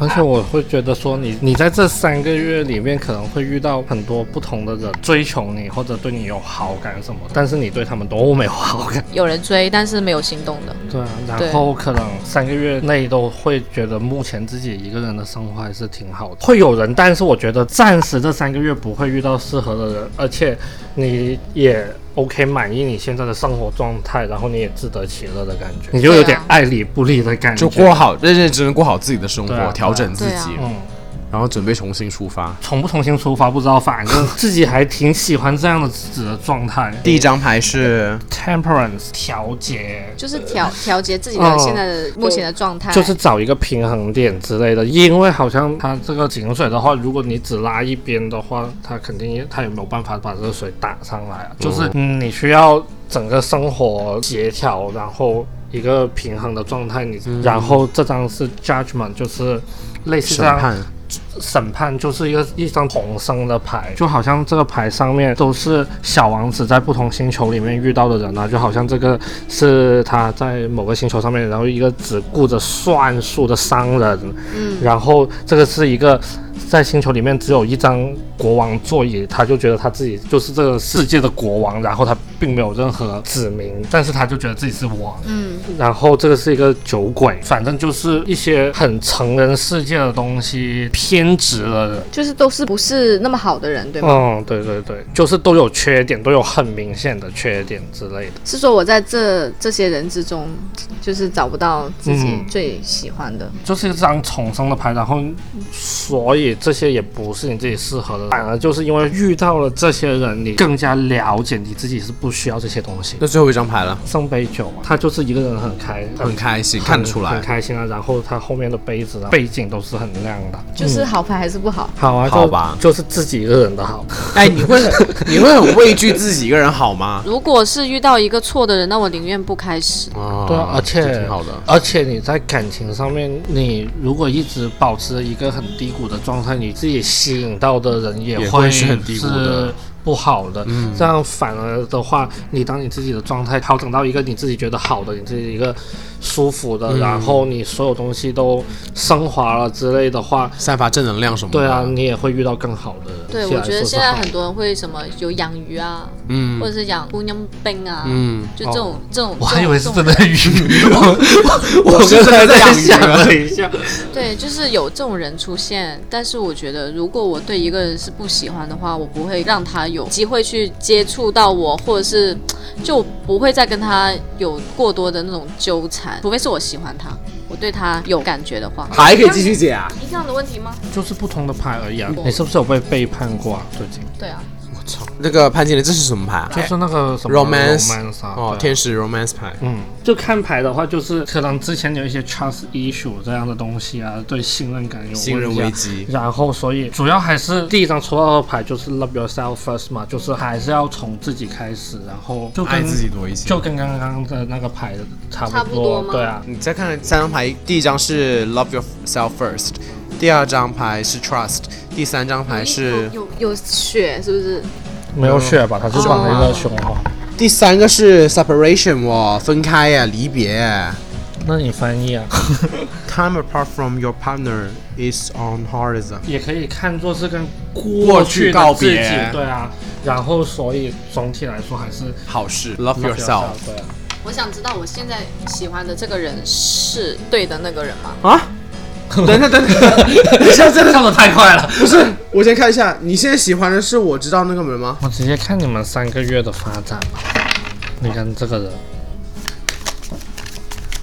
[SPEAKER 3] 而且我会觉得说你，你在这三个月里面可能会遇到很多不同的人追求你，或者对你有好感什么的，但是你对他们都没有好感。
[SPEAKER 2] 有人追，但是没有心动的。
[SPEAKER 3] 对啊，
[SPEAKER 2] 对
[SPEAKER 3] 然后可能三个月内都会觉得目前自己一个人的生活还是挺好的，会有人，但是我觉得暂时这三个月不会遇到适合的人，而且你也 OK 满意你现在的生活状态，然后你也自得其乐的感觉，你就有点爱理不理的感觉。
[SPEAKER 1] 就过好认认真真过好自己的生活，
[SPEAKER 3] 对啊
[SPEAKER 1] 调整自
[SPEAKER 2] 对啊
[SPEAKER 1] 己，
[SPEAKER 3] 嗯。
[SPEAKER 1] 然后准备重新出发。
[SPEAKER 3] 重不重新出发不知道， 反正自己还挺喜欢这样的自己的状态。
[SPEAKER 1] 第一张牌是
[SPEAKER 3] temperance 调节，
[SPEAKER 2] 就是调调节自己的
[SPEAKER 3] 哦
[SPEAKER 2] 现在的目前的状态，
[SPEAKER 3] 就是找一个平衡点之类的。因为好像它这个井水的话，如果你只拉一边的话，它肯定也它也没有办法把这个水打上来啊。就是嗯，你需要整个生活协调，然后一个平衡的状态。你、然后这张是 judgment，就是类似
[SPEAKER 1] 审
[SPEAKER 3] 这样
[SPEAKER 1] 判，
[SPEAKER 3] 审判就是一个一张同生的牌，就好像这个牌上面都是小王子在不同星球里面遇到的人啊，就好像这个是他在某个星球上面，然后一个只顾着算数的商人，嗯，然后这个是一个在星球里面只有一张国王座椅，他就觉得他自己就是这个世界的国王，然后他并没有任何指明，但是他就觉得自己是王，
[SPEAKER 2] 嗯，
[SPEAKER 3] 然后这个是一个酒鬼，反正就是一些很成人世界的东西，偏执了人。
[SPEAKER 2] 就是都是不是那么好的人，对吗？
[SPEAKER 3] 嗯，对对对，就是都有缺点，都有很明显的缺点之类的。
[SPEAKER 2] 是说我在这这些人之中，就是找不到自己
[SPEAKER 3] 嗯
[SPEAKER 2] 最喜欢的。
[SPEAKER 3] 就是这张重生的牌，然后所以这些也不是你自己适合的，反而就是因为遇到了这些人，你更加了解你自己是不需要这些东西。
[SPEAKER 1] 那最后一张牌了，
[SPEAKER 3] 圣杯九啊，他就是一个人很开，
[SPEAKER 1] 嗯很开心，
[SPEAKER 3] 很
[SPEAKER 1] 看得出
[SPEAKER 3] 很
[SPEAKER 1] 来。
[SPEAKER 3] 开心啊。然后他后面的杯子啊，背景都是很亮的。
[SPEAKER 2] 就是好牌还是不好？
[SPEAKER 3] 好啊，就
[SPEAKER 1] 好吧
[SPEAKER 3] 就是自己一个人的好。
[SPEAKER 1] 哎，你会 很你会很畏惧自己一个人好吗？
[SPEAKER 2] 如果是遇到一个错的人，那我宁愿不开始。
[SPEAKER 1] 啊
[SPEAKER 3] 对啊，而且
[SPEAKER 1] 挺好的。
[SPEAKER 3] 而且你在感情上面，你如果一直保持一个很低谷的状态，你自己吸引到的人也嗯
[SPEAKER 1] 也
[SPEAKER 3] 会
[SPEAKER 1] 会是很低谷的
[SPEAKER 3] 是不好的。这样反而的话，你当你自己的状态调整到一个你自己觉得好的，你自己一个舒服的，然后你所有东西都升华了之类的话，
[SPEAKER 1] 散发正能量什么的。
[SPEAKER 3] 对啊，，你也会遇到更好的。
[SPEAKER 2] 对，
[SPEAKER 3] 下
[SPEAKER 2] 我
[SPEAKER 3] 来
[SPEAKER 2] 觉得
[SPEAKER 3] 说是
[SPEAKER 2] 现在
[SPEAKER 3] 好
[SPEAKER 2] 很多人会什么有养鱼啊，
[SPEAKER 1] 嗯
[SPEAKER 2] 或者是养姑娘冰啊，
[SPEAKER 1] 嗯，
[SPEAKER 2] 就这种这种。
[SPEAKER 3] 哦我
[SPEAKER 2] 这
[SPEAKER 3] 还以
[SPEAKER 2] 种
[SPEAKER 3] 为是
[SPEAKER 2] 这
[SPEAKER 3] 真
[SPEAKER 2] 种
[SPEAKER 3] 的
[SPEAKER 2] 人
[SPEAKER 3] 鱼， 我我刚才 在想了一下，
[SPEAKER 2] 对，就是有这种人出现，但是我觉得，如果我对一个人是不喜欢的话，我不会让他有机会去接触到我，或者是就不会再跟他有过多的那种纠缠，除非是我喜欢他，我对他有感觉的话。
[SPEAKER 1] 还可以继续解啊！
[SPEAKER 2] 一样的问题吗？
[SPEAKER 3] 就是不同的牌而已啊。
[SPEAKER 1] 嗯
[SPEAKER 3] 你是不是有被背叛过啊？最近
[SPEAKER 2] 对啊，
[SPEAKER 1] 我操，那个潘金莲这是什么牌啊？
[SPEAKER 3] 就是那个什么
[SPEAKER 1] romance
[SPEAKER 3] romance 啊
[SPEAKER 1] 哦，
[SPEAKER 3] 对啊
[SPEAKER 1] 天使 romance 牌。
[SPEAKER 3] 嗯，就看牌的话，就是可能之前有一些 trust issue 这样的东西啊，对信任感有问题啊
[SPEAKER 1] 信任危机
[SPEAKER 3] 然后所以主要还是第一张抽到的牌就是 love yourself first 嘛，就是还是要从自己开始，然后就跟
[SPEAKER 1] 爱自己多一些
[SPEAKER 3] 就跟刚刚的那个牌差
[SPEAKER 2] 差不多吗
[SPEAKER 3] 对啊，
[SPEAKER 1] 你再看三张牌，第一张是 Love yourself first，第二张牌是 Trust，第三张牌是
[SPEAKER 2] 哎有有有血是不是？
[SPEAKER 3] 没有血吧？他是绑了一个胸环。
[SPEAKER 1] 第三个是 Separation 哇，分开呀，离别呀。
[SPEAKER 3] 那你翻译 啊？
[SPEAKER 1] Time apart from your partner is on horizon。
[SPEAKER 3] 也可以看作是跟
[SPEAKER 1] 过
[SPEAKER 3] 过
[SPEAKER 1] 去
[SPEAKER 3] 去
[SPEAKER 1] 告
[SPEAKER 3] 的自
[SPEAKER 1] 别
[SPEAKER 3] 己，对啊。然后所以总体来说还是
[SPEAKER 1] 好事，Love
[SPEAKER 3] love
[SPEAKER 1] yourself。
[SPEAKER 3] 对啊。
[SPEAKER 2] 我想知道我现在喜欢的这个人是对的那个人吗？
[SPEAKER 1] 啊？等等等等，
[SPEAKER 3] 你现在上的太快了，
[SPEAKER 1] 不是，我先看一下，你现在喜欢的是我知道那个人吗？
[SPEAKER 3] 我直接看你们三个月的发展吧。你看这个人，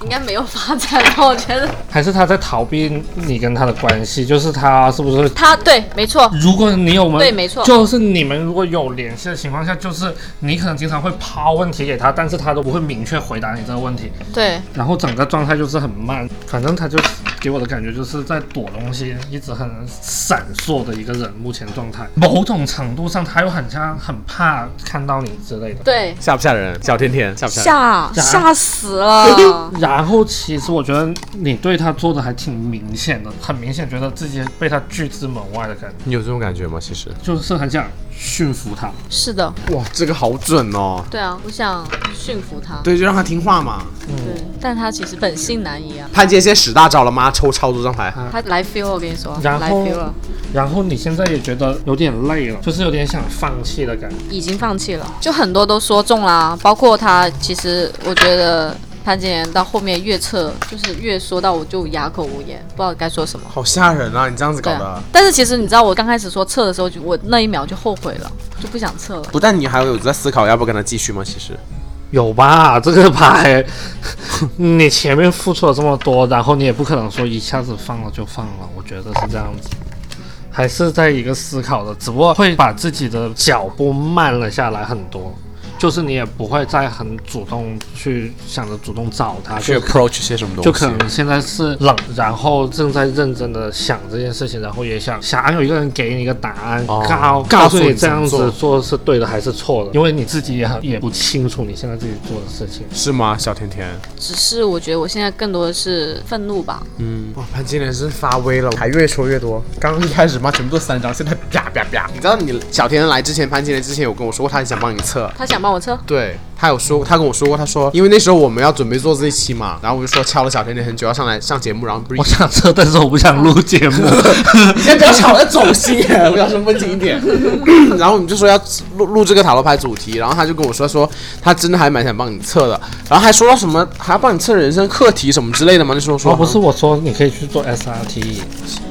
[SPEAKER 2] 应该没有发展吧？我觉得
[SPEAKER 3] 还是他在逃避你跟他的关系，就是他是不是？
[SPEAKER 2] 他对，没错，
[SPEAKER 3] 如果你有们
[SPEAKER 2] 对没错
[SPEAKER 3] 就是你们如果有联系的情况下，就是你可能经常会抛问题给他，但是他都不会明确回答你这个问题，
[SPEAKER 2] 对。
[SPEAKER 3] 然后整个状态就是很慢，反正他就给我的感觉就是在躲东西，一直很闪烁的一个人，目前状态。某种程度上，他又很像很怕看到你之类的。
[SPEAKER 2] 对，
[SPEAKER 1] 吓不吓人？小甜甜吓不吓人？
[SPEAKER 2] 吓
[SPEAKER 3] 吓！
[SPEAKER 2] 吓死了
[SPEAKER 3] 然后其实我觉得你对他做的还挺明显的，很明显觉得自己被他拒之门外的感觉，
[SPEAKER 1] 你有这种感觉吗？其实，
[SPEAKER 3] 就是很想驯服他。
[SPEAKER 2] 是的，
[SPEAKER 1] 哇，这个好准哦。
[SPEAKER 2] 对啊，我想驯服他，
[SPEAKER 1] 对，就让他听话嘛。
[SPEAKER 2] 对，但他其实本性难移啊。
[SPEAKER 1] 潘姐现在使大招了吗？抽超多张牌。
[SPEAKER 2] 他来 feel，我跟你说，
[SPEAKER 3] 然
[SPEAKER 2] 来
[SPEAKER 3] 后
[SPEAKER 2] feel 了，
[SPEAKER 3] 然后你现在也觉得有点累了，就是有点想放弃的感觉。
[SPEAKER 2] 已经放弃了。就很多都说中啦，包括他，其实我觉得潘金莲到后面越测，就是越说到我就哑口无言，不知道该说什么。
[SPEAKER 1] 好吓人啊！你这样子搞
[SPEAKER 2] 对
[SPEAKER 1] 的，
[SPEAKER 2] 啊，但是其实你知道，我刚开始说测的时候，就我那一秒就后悔了，就不想测了。
[SPEAKER 1] 不但你还有在思考要不要跟他继续吗？其实，
[SPEAKER 3] 啊有吧？这个牌，你前面付出了这么多，然后你也不可能说一下子放了就放了，我觉得是这样子。还是在一个思考的，只不过会把自己的脚步慢了下来很多，就是你也不会再很主动去想着主动找他，就
[SPEAKER 1] approach 些什么东
[SPEAKER 3] 就可能现在是冷，然后正在认真的想这件事情，然后也想想有一个人给你一个答案，
[SPEAKER 1] 哦
[SPEAKER 3] 告
[SPEAKER 1] 告
[SPEAKER 3] 告
[SPEAKER 1] 诉
[SPEAKER 3] 诉
[SPEAKER 1] 你
[SPEAKER 3] 你这
[SPEAKER 1] 怎么
[SPEAKER 3] 样
[SPEAKER 1] 做
[SPEAKER 3] 子做是对的还是错的，因为你自己也很也不清楚你现在自己做的事情。
[SPEAKER 1] 是吗？小甜
[SPEAKER 3] 嗯
[SPEAKER 1] 甜，
[SPEAKER 2] 只是我觉得我现在更多的是愤怒吧，
[SPEAKER 1] 嗯，哇，潘金莲是发威了，还越说越多。刚刚一开始嘛，全部都三张，现在啪啪啪。你知道你小甜甜来之前，潘金莲之前有跟我说过，她很想帮你测。
[SPEAKER 2] 他想帮我测。
[SPEAKER 1] 对他有说，他跟我说过，他说因为那时候我们要准备做这一期嘛，然后我就说敲了小甜甜很久要上来上节目，然后不
[SPEAKER 3] 我
[SPEAKER 1] 是
[SPEAKER 3] 想测，但是我不想录节目。
[SPEAKER 1] 先不要吵，要走心耶，我要身份近一点。 然后我们就说要录录这个塔罗牌主题，然后他就跟我说说他真的还蛮想帮你测的，然后还说到什么还要帮你测人生课题什么之类的嘛。那时候说、
[SPEAKER 3] 哦，不是我说，你可以去做 SRT，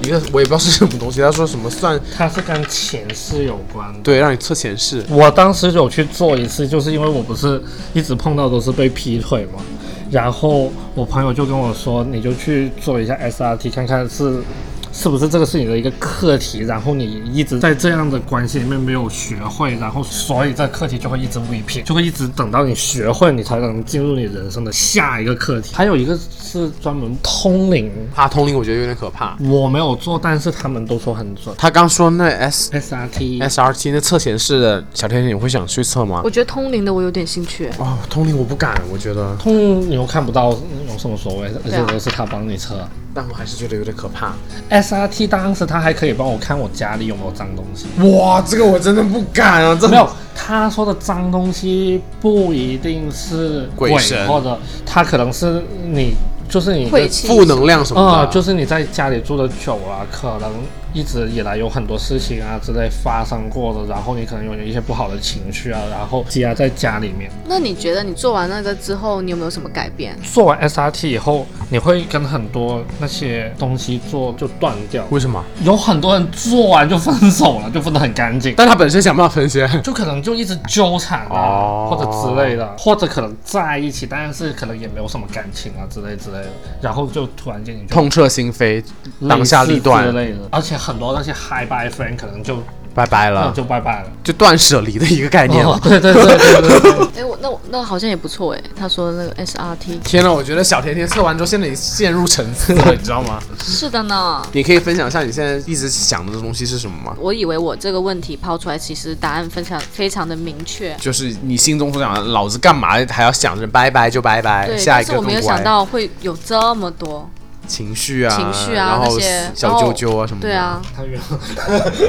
[SPEAKER 1] 一个我也不知道是什么东西，他说什么算
[SPEAKER 3] E，它是跟前世有关的。
[SPEAKER 1] 对让你测前世，
[SPEAKER 3] 我当时有去做一次，就是因为我不是一直碰到都是被劈腿嘛，然后我朋友就跟我说，你就去做一下 SRT，看看是是不是这个是你的一个课题，然后你一直在这样的关系里面没有学会，然后所以这课题就会一直 repeat，就会一直等到你学会，你才能进入你人生的下一个课题。还有一个是专门通灵，
[SPEAKER 1] 怕通灵我觉得有点可怕。
[SPEAKER 3] 我没有做，但是他们都说很准。
[SPEAKER 1] 他刚说那 S
[SPEAKER 3] SRT
[SPEAKER 1] S R T 那测前世的小甜甜，你会想去测吗
[SPEAKER 2] 我？觉得通灵的我有点兴趣。
[SPEAKER 1] 哦，通灵我不敢，我觉得。
[SPEAKER 3] 通你又看不到有什么所谓，而
[SPEAKER 2] 对
[SPEAKER 3] 且
[SPEAKER 2] 啊
[SPEAKER 3] 都是他帮你测。
[SPEAKER 1] 但我还是觉得有点可怕。
[SPEAKER 3] S SRT 当时他还可以帮我看我家里有没有脏东西，
[SPEAKER 1] 哇，这个我真的不敢啊，这
[SPEAKER 3] 没有，他说的脏东西不一定是
[SPEAKER 1] 鬼
[SPEAKER 3] 鬼，
[SPEAKER 1] 神
[SPEAKER 3] 或者他可能是你，就是你
[SPEAKER 2] 晦
[SPEAKER 3] 的
[SPEAKER 2] 气
[SPEAKER 1] 负能量什么的，
[SPEAKER 3] 啊、就是你在家里住的久了，可能一直以来有很多事情啊之类发生过的，然后你可能有一些不好的情绪啊，然后积压在家里面。
[SPEAKER 2] 那你觉得你做完那个之后，你有没有什么改变？
[SPEAKER 3] 做完 SRT 以后，你会跟很多那些东西做就断掉，
[SPEAKER 1] 为什么？
[SPEAKER 3] 有很多人做完就分手了，就分得很干净。
[SPEAKER 1] 但他本身想办法分析，
[SPEAKER 3] 就可能就一直纠缠啊，
[SPEAKER 1] 哦
[SPEAKER 3] 或者之类的，或者可能在一起，但是可能也没有什么感情啊之类之类的，然后就突然间你 就
[SPEAKER 1] 痛彻心扉，当下立
[SPEAKER 3] 类似
[SPEAKER 1] 断，
[SPEAKER 3] 之类的，而且很多那些 hi bye friend 可能就
[SPEAKER 1] 拜拜
[SPEAKER 3] 那
[SPEAKER 1] 了，
[SPEAKER 3] 就拜拜了。
[SPEAKER 1] 就断舍离的一个概念
[SPEAKER 3] 哦
[SPEAKER 1] 了。
[SPEAKER 3] 对对对对对对，
[SPEAKER 2] 哎，我那我那好像也不错哎，他说的那个 SRT
[SPEAKER 1] 天呐，我觉得小甜甜测完之后，现在已经陷入沉 思了，你知道吗？
[SPEAKER 2] 是的呢。
[SPEAKER 1] 你可以分享一下你现在一直想的东西是什么吗？
[SPEAKER 2] 我以为我这个问题抛出来，其实答案非常非常的明确。
[SPEAKER 1] 就是你心中所想的，老子干嘛还要想着拜拜就拜拜，
[SPEAKER 2] 对，
[SPEAKER 1] 哎下
[SPEAKER 2] 但
[SPEAKER 1] 一
[SPEAKER 2] 是
[SPEAKER 1] 个
[SPEAKER 2] 我
[SPEAKER 1] 更
[SPEAKER 2] 没有
[SPEAKER 1] 乖
[SPEAKER 2] 想到会有这么多
[SPEAKER 1] 情绪啊，
[SPEAKER 2] 情绪啊
[SPEAKER 1] 然后
[SPEAKER 2] 那些
[SPEAKER 1] 小
[SPEAKER 2] 然后
[SPEAKER 1] 啾啾啊什么的。
[SPEAKER 2] 对啊，
[SPEAKER 3] 太远了。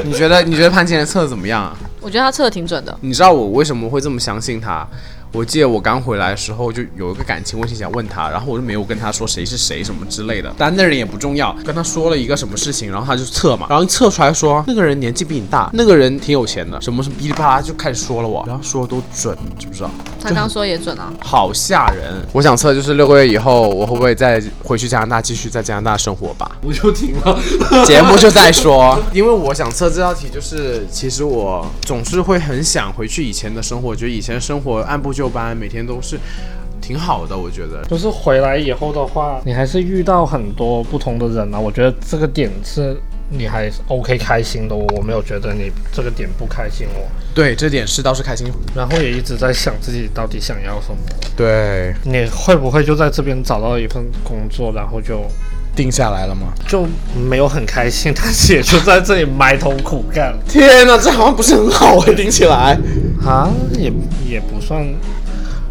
[SPEAKER 1] 你觉得你觉得潘金莲测得怎么样啊？
[SPEAKER 2] 我觉得他测的挺准的。
[SPEAKER 1] 你知道我为什么会这么相信他？我记得我刚回来的时候就有一个感情问题想问他，然后我就没有跟他说谁是谁什么之类的，但那人也不重要，跟他说了一个什么事情，然后他就测嘛，然后一测出来说那个人年纪比你大，那个人挺有钱的，什么什么哔哩啪啦就开始说了我，然后说的都准，你知不知道？
[SPEAKER 2] 他刚说也准啊，
[SPEAKER 1] 好吓人！我想测就是六个月以后我会不会再回去加拿大继续在加拿大生活吧。
[SPEAKER 5] 我就停了。
[SPEAKER 1] 节目就在说，因为我想测这道题，就是其实我总是会很想回去以前的生活，觉得以前生活按部就班，每天都是挺好的。我觉得
[SPEAKER 3] 就是回来以后的话，你还是遇到很多不同的人啊。我觉得这个点是你还是 OK 开心的，我我没有觉得你这个点不开心我。
[SPEAKER 1] 对这点是倒是开心。
[SPEAKER 3] 然后也一直在想自己到底想要什么。
[SPEAKER 1] 对，
[SPEAKER 3] 你会不会就在这边找到一份工作，然后就
[SPEAKER 1] 定下来了吗？
[SPEAKER 3] 就没有很开心，但是也就在这里埋头苦干
[SPEAKER 1] 天哪，这好像不是很好哎，听起来。
[SPEAKER 3] 啊？也也不算，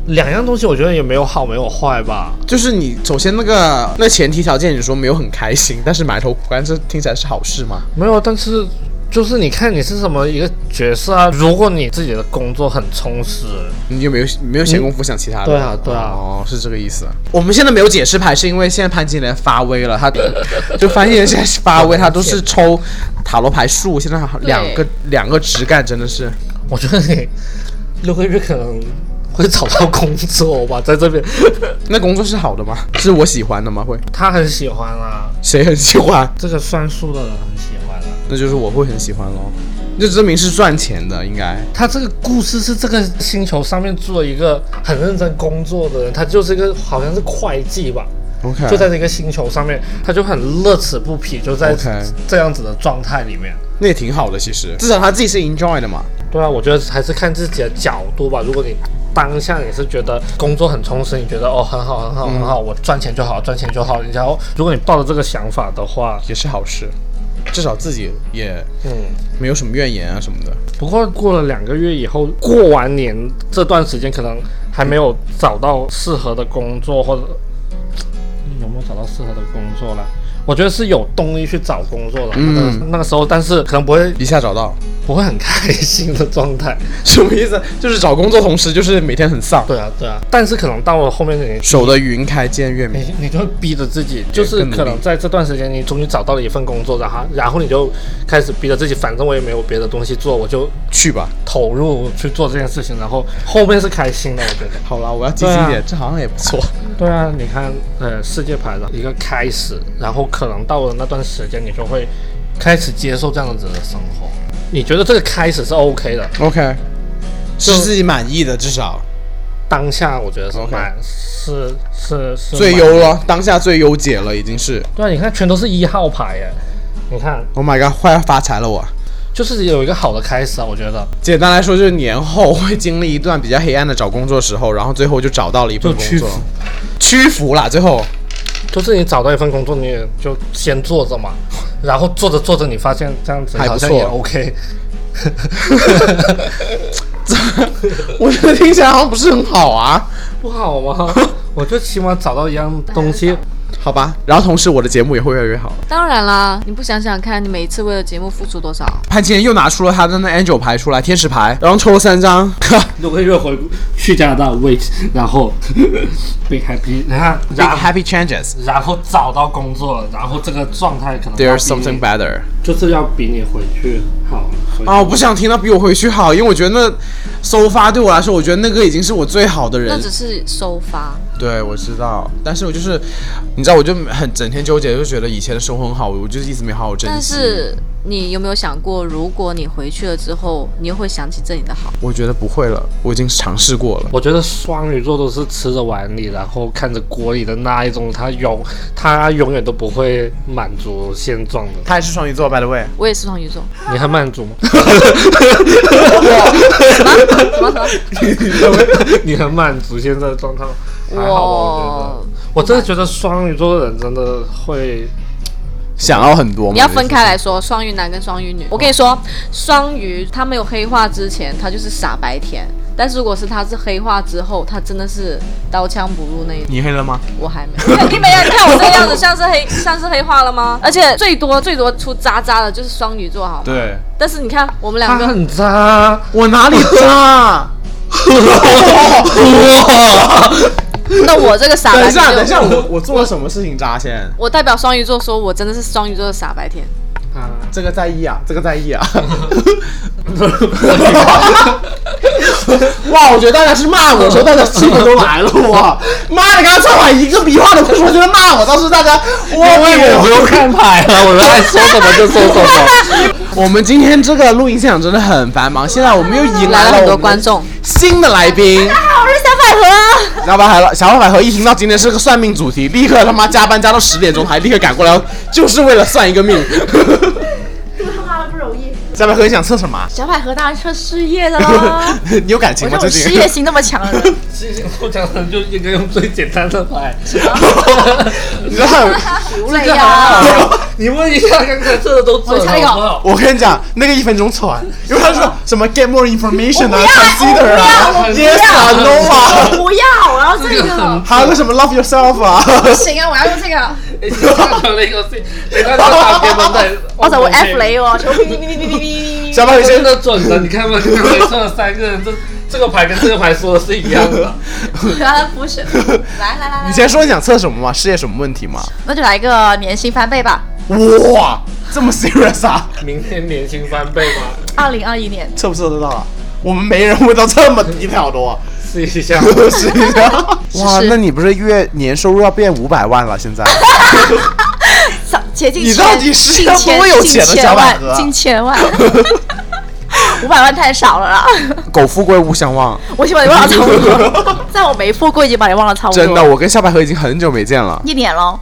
[SPEAKER 3] 两样东西我觉得也没有好没有坏吧。
[SPEAKER 1] 就是你首先那个那前提条件，你说没有很开心，但是埋头苦干，这听起来是好事吗？
[SPEAKER 3] 没有，啊但是就是你看你是什么一个角色啊？如果你自己的工作很充实，
[SPEAKER 1] 你有没有没有闲工夫想其他的？
[SPEAKER 3] 对啊对啊
[SPEAKER 1] 哦，是这个意思。我们现在没有解释牌，是因为现在潘金莲发威了， 他就潘金莲现在是发威，他都是抽塔罗牌数，现在好两个两个枝干真的是
[SPEAKER 3] 我觉得你 六个月可能会找到工作吧，在这边
[SPEAKER 1] 那工作是好的吗？是我喜欢的吗？会
[SPEAKER 3] 他很喜欢啊，
[SPEAKER 1] 谁很喜 欢？
[SPEAKER 3] 这个算数的人很喜欢啊。
[SPEAKER 1] 那就是我会很喜欢咯。就证明是赚钱的，应该
[SPEAKER 3] 他这个故事是这个星球上面住了一个很认真工作的人，他就是一个好像是会计吧，
[SPEAKER 1] OK
[SPEAKER 3] 就在这个星球上面，他就很乐此不疲，就在
[SPEAKER 1] OK
[SPEAKER 3] 这样子的状态里面。
[SPEAKER 1] 那也挺好的，其实至少他自己是 enjoy 的嘛。
[SPEAKER 3] 对啊，我觉得还是看自己的角度吧。如果你当下你是觉得工作很充实，你觉得哦很好很好很
[SPEAKER 1] 嗯
[SPEAKER 3] 好，我赚钱就好赚钱就好，然后如果你抱着这个想法的话，
[SPEAKER 1] 也是好事，至少自己也
[SPEAKER 3] 嗯。
[SPEAKER 1] 没有什么怨言啊什么的。
[SPEAKER 3] 不过过了两个月以后，过完年这段时间可能还没有找到适合的工作，或者嗯有没有找到适合的工作啦？我觉得是有动力去找工作的，嗯、那个时候，但是可能不会
[SPEAKER 1] 一下找到，
[SPEAKER 3] 不会很开心的状态。
[SPEAKER 1] 什么意思？就是找工作同时就是每天很丧，
[SPEAKER 3] 对啊，对啊。但是可能到了后面你
[SPEAKER 1] 守得云开见月明。
[SPEAKER 3] 你你就会逼着自己，就是
[SPEAKER 1] 更努力
[SPEAKER 3] 可能在这段时间你终于找到了一份工作，然后然后你就开始逼着自己，反正我也没有别的东西做，我就
[SPEAKER 1] 去吧。
[SPEAKER 3] 投入去做这件事情，然后后面是开心的，我觉得。
[SPEAKER 1] 好啦，我要积极一
[SPEAKER 3] 对
[SPEAKER 1] 点，
[SPEAKER 3] 啊
[SPEAKER 1] 这好像也不错。
[SPEAKER 3] 对啊，你看，呃，世界牌的一个开始，然后可能到了那段时间，你就会开始接受这样子的生活。你觉得这个开始是 OK 的，
[SPEAKER 1] OK，是自己满意的，至少
[SPEAKER 3] 当下我觉得是
[SPEAKER 1] OK
[SPEAKER 3] 蛮是是是
[SPEAKER 1] 最
[SPEAKER 3] 蛮
[SPEAKER 1] 优。了，当下最优解了，已经是。
[SPEAKER 3] 对啊，你看全都是一号牌耶，你看
[SPEAKER 1] Oh my god，快要发财了我！
[SPEAKER 3] 就是有一个好的开始啊，我觉得
[SPEAKER 1] 简单来说，就是年后会经历一段比较黑暗的找工作时候，然后最后就找到了一份
[SPEAKER 3] 就
[SPEAKER 1] 工
[SPEAKER 3] 屈
[SPEAKER 1] 作，屈服啦。最后，
[SPEAKER 3] 就是你找到一份工作，你也就先做着嘛，然后做着做着，你发现这样子
[SPEAKER 1] 还不
[SPEAKER 3] 好像
[SPEAKER 1] 错
[SPEAKER 3] 也 OK。
[SPEAKER 1] 我觉得听起来好像不是很好啊。
[SPEAKER 3] 不好吗？我就起码找到一样东西，
[SPEAKER 1] 好吧。然后同时我的节目也会越来越好。
[SPEAKER 2] 当然啦，你不想想看，你每一次为了节目付出多少？
[SPEAKER 1] 潘金莲又拿出了他的那 angel 牌出来，天使牌，然后抽了三 张，
[SPEAKER 4] 六个月回去加拿大，wait，然后 big happy，然后
[SPEAKER 1] Big
[SPEAKER 4] 然后
[SPEAKER 1] happy changes.
[SPEAKER 4] 然后找到工作，然后这个状态可能
[SPEAKER 1] There's
[SPEAKER 4] 要比你
[SPEAKER 1] something better.
[SPEAKER 4] 就是要比你回去好。回去
[SPEAKER 1] 啊，我不想听到比我回去好，因为我觉得那收发对我来说，我觉得那个已经是我最好的人
[SPEAKER 2] 那。只是收发，
[SPEAKER 1] 对，我知道，但是我就是，你知道，我就很整天纠结，就觉得以前的生活很好，我就一直没好好珍惜。
[SPEAKER 2] 但是你有没有想过，如果你回去了之后，你又会想起这里的好？
[SPEAKER 1] 我觉得不会了，我已经尝试过了。
[SPEAKER 3] 我觉得双鱼座都是吃着碗里，然后看着锅里的那一种，他永他永远都不会满足现状的。
[SPEAKER 1] 他也是双鱼座，by the way。
[SPEAKER 2] 我也是双 鱼座，
[SPEAKER 3] 你还满足吗？
[SPEAKER 2] 什么什么？
[SPEAKER 3] 你很满足现在的状态吗？还好吧，我
[SPEAKER 2] 我
[SPEAKER 3] 觉得。我真的觉得双鱼座的人真的会，
[SPEAKER 1] 想要很多吗？
[SPEAKER 2] 你要分开来说，双鱼男跟双鱼女。我跟你说，双鱼他没有黑化之前，他就是傻白甜；但是如果是他是黑化之后，他真的是刀枪不入那一种。
[SPEAKER 1] 你黑了吗？
[SPEAKER 2] 我还没，你肯定没有。你看我这个样子， 像是黑，像是黑化了吗？而且最多最多出渣渣的就是双鱼座，好吗？
[SPEAKER 1] 对，
[SPEAKER 2] 但是你看我们两
[SPEAKER 3] 他
[SPEAKER 2] 个，
[SPEAKER 3] 很渣。
[SPEAKER 1] 我哪里啊渣？
[SPEAKER 2] 那我这个傻
[SPEAKER 1] 等
[SPEAKER 2] 白
[SPEAKER 1] 一下，
[SPEAKER 2] 甜，
[SPEAKER 1] 等一下，，我我做了什么事情渣先？
[SPEAKER 2] 我代表双鱼座说，我真的是双鱼座的傻白甜。
[SPEAKER 1] 这个在意啊，这个在意啊。 哇，我觉得大家是骂我，说大家气氛都来了，哇！妈的，刚刚春晚一个逼话都不说，就在骂我，当时大家，我
[SPEAKER 3] 我不用看牌了，我爱说什么就说什么。
[SPEAKER 1] 我们今天这个录音现场真的很繁忙，现在我们又迎
[SPEAKER 2] 来
[SPEAKER 1] 来
[SPEAKER 2] 了很
[SPEAKER 1] 我
[SPEAKER 2] 多
[SPEAKER 1] 们
[SPEAKER 2] 观众，
[SPEAKER 1] 新的来宾，
[SPEAKER 2] 好，我是小百合。
[SPEAKER 1] 小白百合，小白百合一听到今天是个算命主题，立刻他妈加班加到十点钟，还立刻赶过来，就是为了算一个命。
[SPEAKER 8] 他妈的不容易。
[SPEAKER 1] 小百合，你想测什么啊？
[SPEAKER 8] 小百合当然测事业 的啦，
[SPEAKER 1] 你有感情
[SPEAKER 8] 啊我
[SPEAKER 1] 吗？
[SPEAKER 8] 这
[SPEAKER 1] 最
[SPEAKER 8] 种
[SPEAKER 1] 近
[SPEAKER 8] 事业心那么强的人，
[SPEAKER 3] 事情做讲人就应该用最简单的牌。
[SPEAKER 1] 你知道，
[SPEAKER 8] 如
[SPEAKER 2] 啊
[SPEAKER 8] 雷呀，
[SPEAKER 3] 你问一下刚才这的都准
[SPEAKER 8] 猜一个
[SPEAKER 3] 好不好？
[SPEAKER 1] 我跟你讲，那个一分钟传，因为他说什么 get more information
[SPEAKER 8] 我
[SPEAKER 1] 啊
[SPEAKER 8] 不要
[SPEAKER 1] ，consider
[SPEAKER 8] 我不
[SPEAKER 1] 啊
[SPEAKER 8] 要
[SPEAKER 1] ，yes 啊，no
[SPEAKER 8] 我
[SPEAKER 1] 啊，
[SPEAKER 8] 不要，我要这
[SPEAKER 4] 这个
[SPEAKER 8] 个
[SPEAKER 4] 很，
[SPEAKER 1] 还有个什么 love yourself 啊，
[SPEAKER 8] 不行啊，我要用这个，
[SPEAKER 3] 你上传了一个 C，你看这打天文的，
[SPEAKER 8] 或者我 F 雷哦，全部哔哔哔哔哔哔哔哔。
[SPEAKER 1] 小马
[SPEAKER 3] 我
[SPEAKER 1] 有
[SPEAKER 3] 真
[SPEAKER 1] 些
[SPEAKER 3] 的准的，你看嘛，刚才测了三个人，这这个牌跟这个牌说的是一样的。
[SPEAKER 8] 原来 不是，来来来
[SPEAKER 1] 你
[SPEAKER 8] 来，
[SPEAKER 1] 先说你想测什么嘛？事业什么问题嘛？
[SPEAKER 8] 那就来个年薪翻倍吧，
[SPEAKER 1] 哇，这么 serious 啊？
[SPEAKER 3] 明天年薪翻倍吗？
[SPEAKER 8] 二零二一年。
[SPEAKER 1] 测不测得到啊？我们没人问到这么低调的 哦，
[SPEAKER 3] 试一下。
[SPEAKER 1] 试一下。哇，那你不是月年收入要变五百万了？现在
[SPEAKER 8] 上接近
[SPEAKER 1] 你到底是
[SPEAKER 8] 近
[SPEAKER 1] 要
[SPEAKER 8] 千
[SPEAKER 1] 多有
[SPEAKER 8] 近
[SPEAKER 1] 钱的
[SPEAKER 8] 千
[SPEAKER 1] 小啊百合
[SPEAKER 8] 万，近千万， 五百万太少了啊 啦！
[SPEAKER 1] 狗富贵勿相忘，
[SPEAKER 8] 我已经把你忘了差不多，在我没富贵已经把你忘了差不多，
[SPEAKER 1] 真的，我跟小百合已经很久没见了。
[SPEAKER 8] 一年 喽，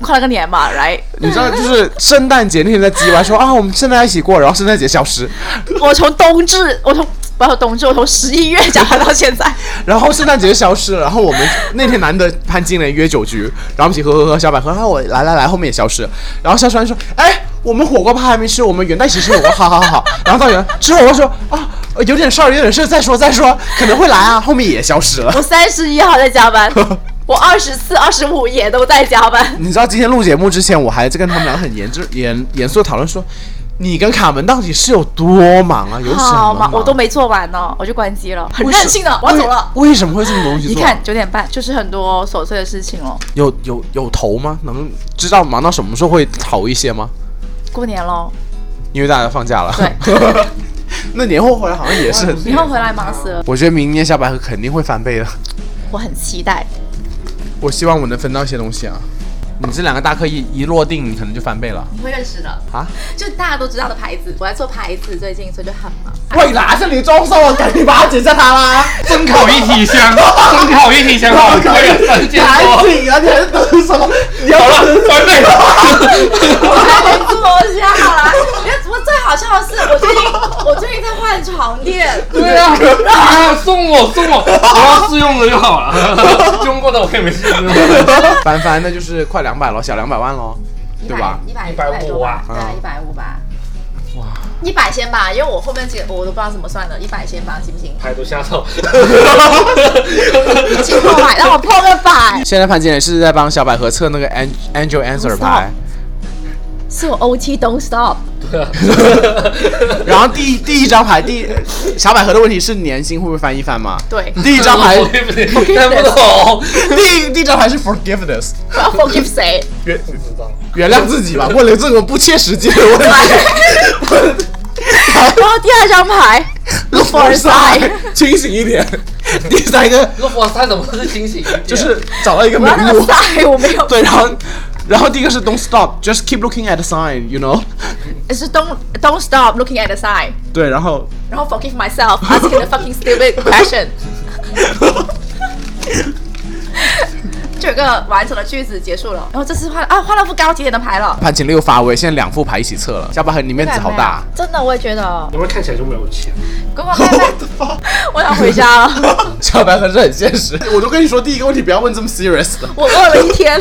[SPEAKER 8] 快了个年吧，来，
[SPEAKER 1] 你知道，就是圣诞节那天在叽歪说啊，我们圣诞一起过，然后圣诞节消失，
[SPEAKER 8] 我从冬至，我从不要说冬至，我从十一月讲到现在，
[SPEAKER 1] 然后圣诞节就消失了，然后我们那天难得潘金莲约酒局，然后我们一起喝喝喝，小百合啊我来来来，后面也消失了，然后肖川说，哎，我们火锅趴还没吃，我们元旦一起吃火锅， 好好好好，然后到元吃火锅说啊呃有点事儿有点事儿再说再说，可能会来啊，后面也消失了。
[SPEAKER 8] 我三十一号在加班，我二十四、二十五也都在加班，
[SPEAKER 1] 你知道今天录节目之前，我还在跟他们俩很严之严严肃地讨论说，你跟卡门到底是有多忙啊？有什
[SPEAKER 8] 好嘛
[SPEAKER 1] 么忙，？
[SPEAKER 8] 我都没做完呢，我就关机了，很
[SPEAKER 1] 为什
[SPEAKER 8] 任性啊的，我要走了。
[SPEAKER 1] 为为什么会这么东西
[SPEAKER 8] 你
[SPEAKER 1] 做？
[SPEAKER 8] 看九点半就是很多琐碎的事情哦，
[SPEAKER 1] 有有有头吗？能知道忙到什么时候会好一些吗？
[SPEAKER 8] 过年喽，
[SPEAKER 1] 因为大家放假了。
[SPEAKER 8] 对，
[SPEAKER 1] 那年后回来好像也是。
[SPEAKER 8] 以后回来忙死了，
[SPEAKER 1] 我觉得明年小百合肯定会翻倍的。
[SPEAKER 8] 我很期待。
[SPEAKER 1] 我希望我能分到一些东西啊。你这两个大课一一落定，你可能就翻倍了
[SPEAKER 8] 你会认识的
[SPEAKER 1] 啊！
[SPEAKER 8] 就大家都知道的牌子，我在做牌子，最近所以就很 忙。
[SPEAKER 1] 喂，拿下你的装修，我赶紧把它剪下它啦！
[SPEAKER 3] 蒸烤一体香，蒸烤一体香，好贵啊！三千
[SPEAKER 1] 赶
[SPEAKER 3] 多。
[SPEAKER 1] 紧啊！你还等什么？你要
[SPEAKER 3] 好了，翻倍
[SPEAKER 8] 我还没坐下来。你看，我最好笑的是，我最近我最近在换床垫，
[SPEAKER 3] 对啊，啊，送我送我，我要试用的就好了，用过的我可以没试用。
[SPEAKER 1] 翻翻，那就是快两百了，小两百万喽，对吧？
[SPEAKER 8] 一百
[SPEAKER 2] 嗯
[SPEAKER 3] 150啊
[SPEAKER 8] 对，一百五吧。
[SPEAKER 2] 一百先吧，因为我后面几个我都不知道怎么算的，一百先吧，行不行？
[SPEAKER 9] 排毒下手，
[SPEAKER 2] 一千破百，让我破个百，
[SPEAKER 1] 现在潘经理是在帮小百合测那个 Ang- Angel Answer 牌，
[SPEAKER 2] 是我 OT don't stop，
[SPEAKER 1] 然后第第一张牌，第小百合的问题是年薪会不会翻一番嘛？
[SPEAKER 2] 对，
[SPEAKER 1] 第一张牌，
[SPEAKER 9] 看不懂。
[SPEAKER 1] 第第一张牌是 Forgiveness，
[SPEAKER 2] 我要 forgive 谁？
[SPEAKER 1] 原原谅自己吧，问了这种不切实际的 问题。
[SPEAKER 2] 然后第二张牌，
[SPEAKER 1] 路佛赛， 清醒一点。第三个
[SPEAKER 9] 如果他怎么是清醒一点？
[SPEAKER 1] 就是找到一个
[SPEAKER 2] 我
[SPEAKER 1] 名
[SPEAKER 2] 要那个
[SPEAKER 1] 目，
[SPEAKER 2] 赛，我没有，
[SPEAKER 1] 对，然后然后第一个是 Don't stop，just keep looking at the sign，you know。
[SPEAKER 2] 是 don't don't stop looking at the sign，
[SPEAKER 1] 对，然后
[SPEAKER 2] 然后 forgive myself asking the fucking stupid question。这个完整的句子结束了，然后这次换啊换了副高级点的牌了，
[SPEAKER 1] 潘晴六发威，现在两副牌一起测了，小百合你面子好大。
[SPEAKER 2] 真的我也觉得，
[SPEAKER 3] 因为看起来就没有钱。
[SPEAKER 2] 滚滚蛋蛋， 我想回家了，
[SPEAKER 1] 小白可是很现实，我都跟你说，第一个问题不要问这么 serious 的。
[SPEAKER 2] 我饿了一天。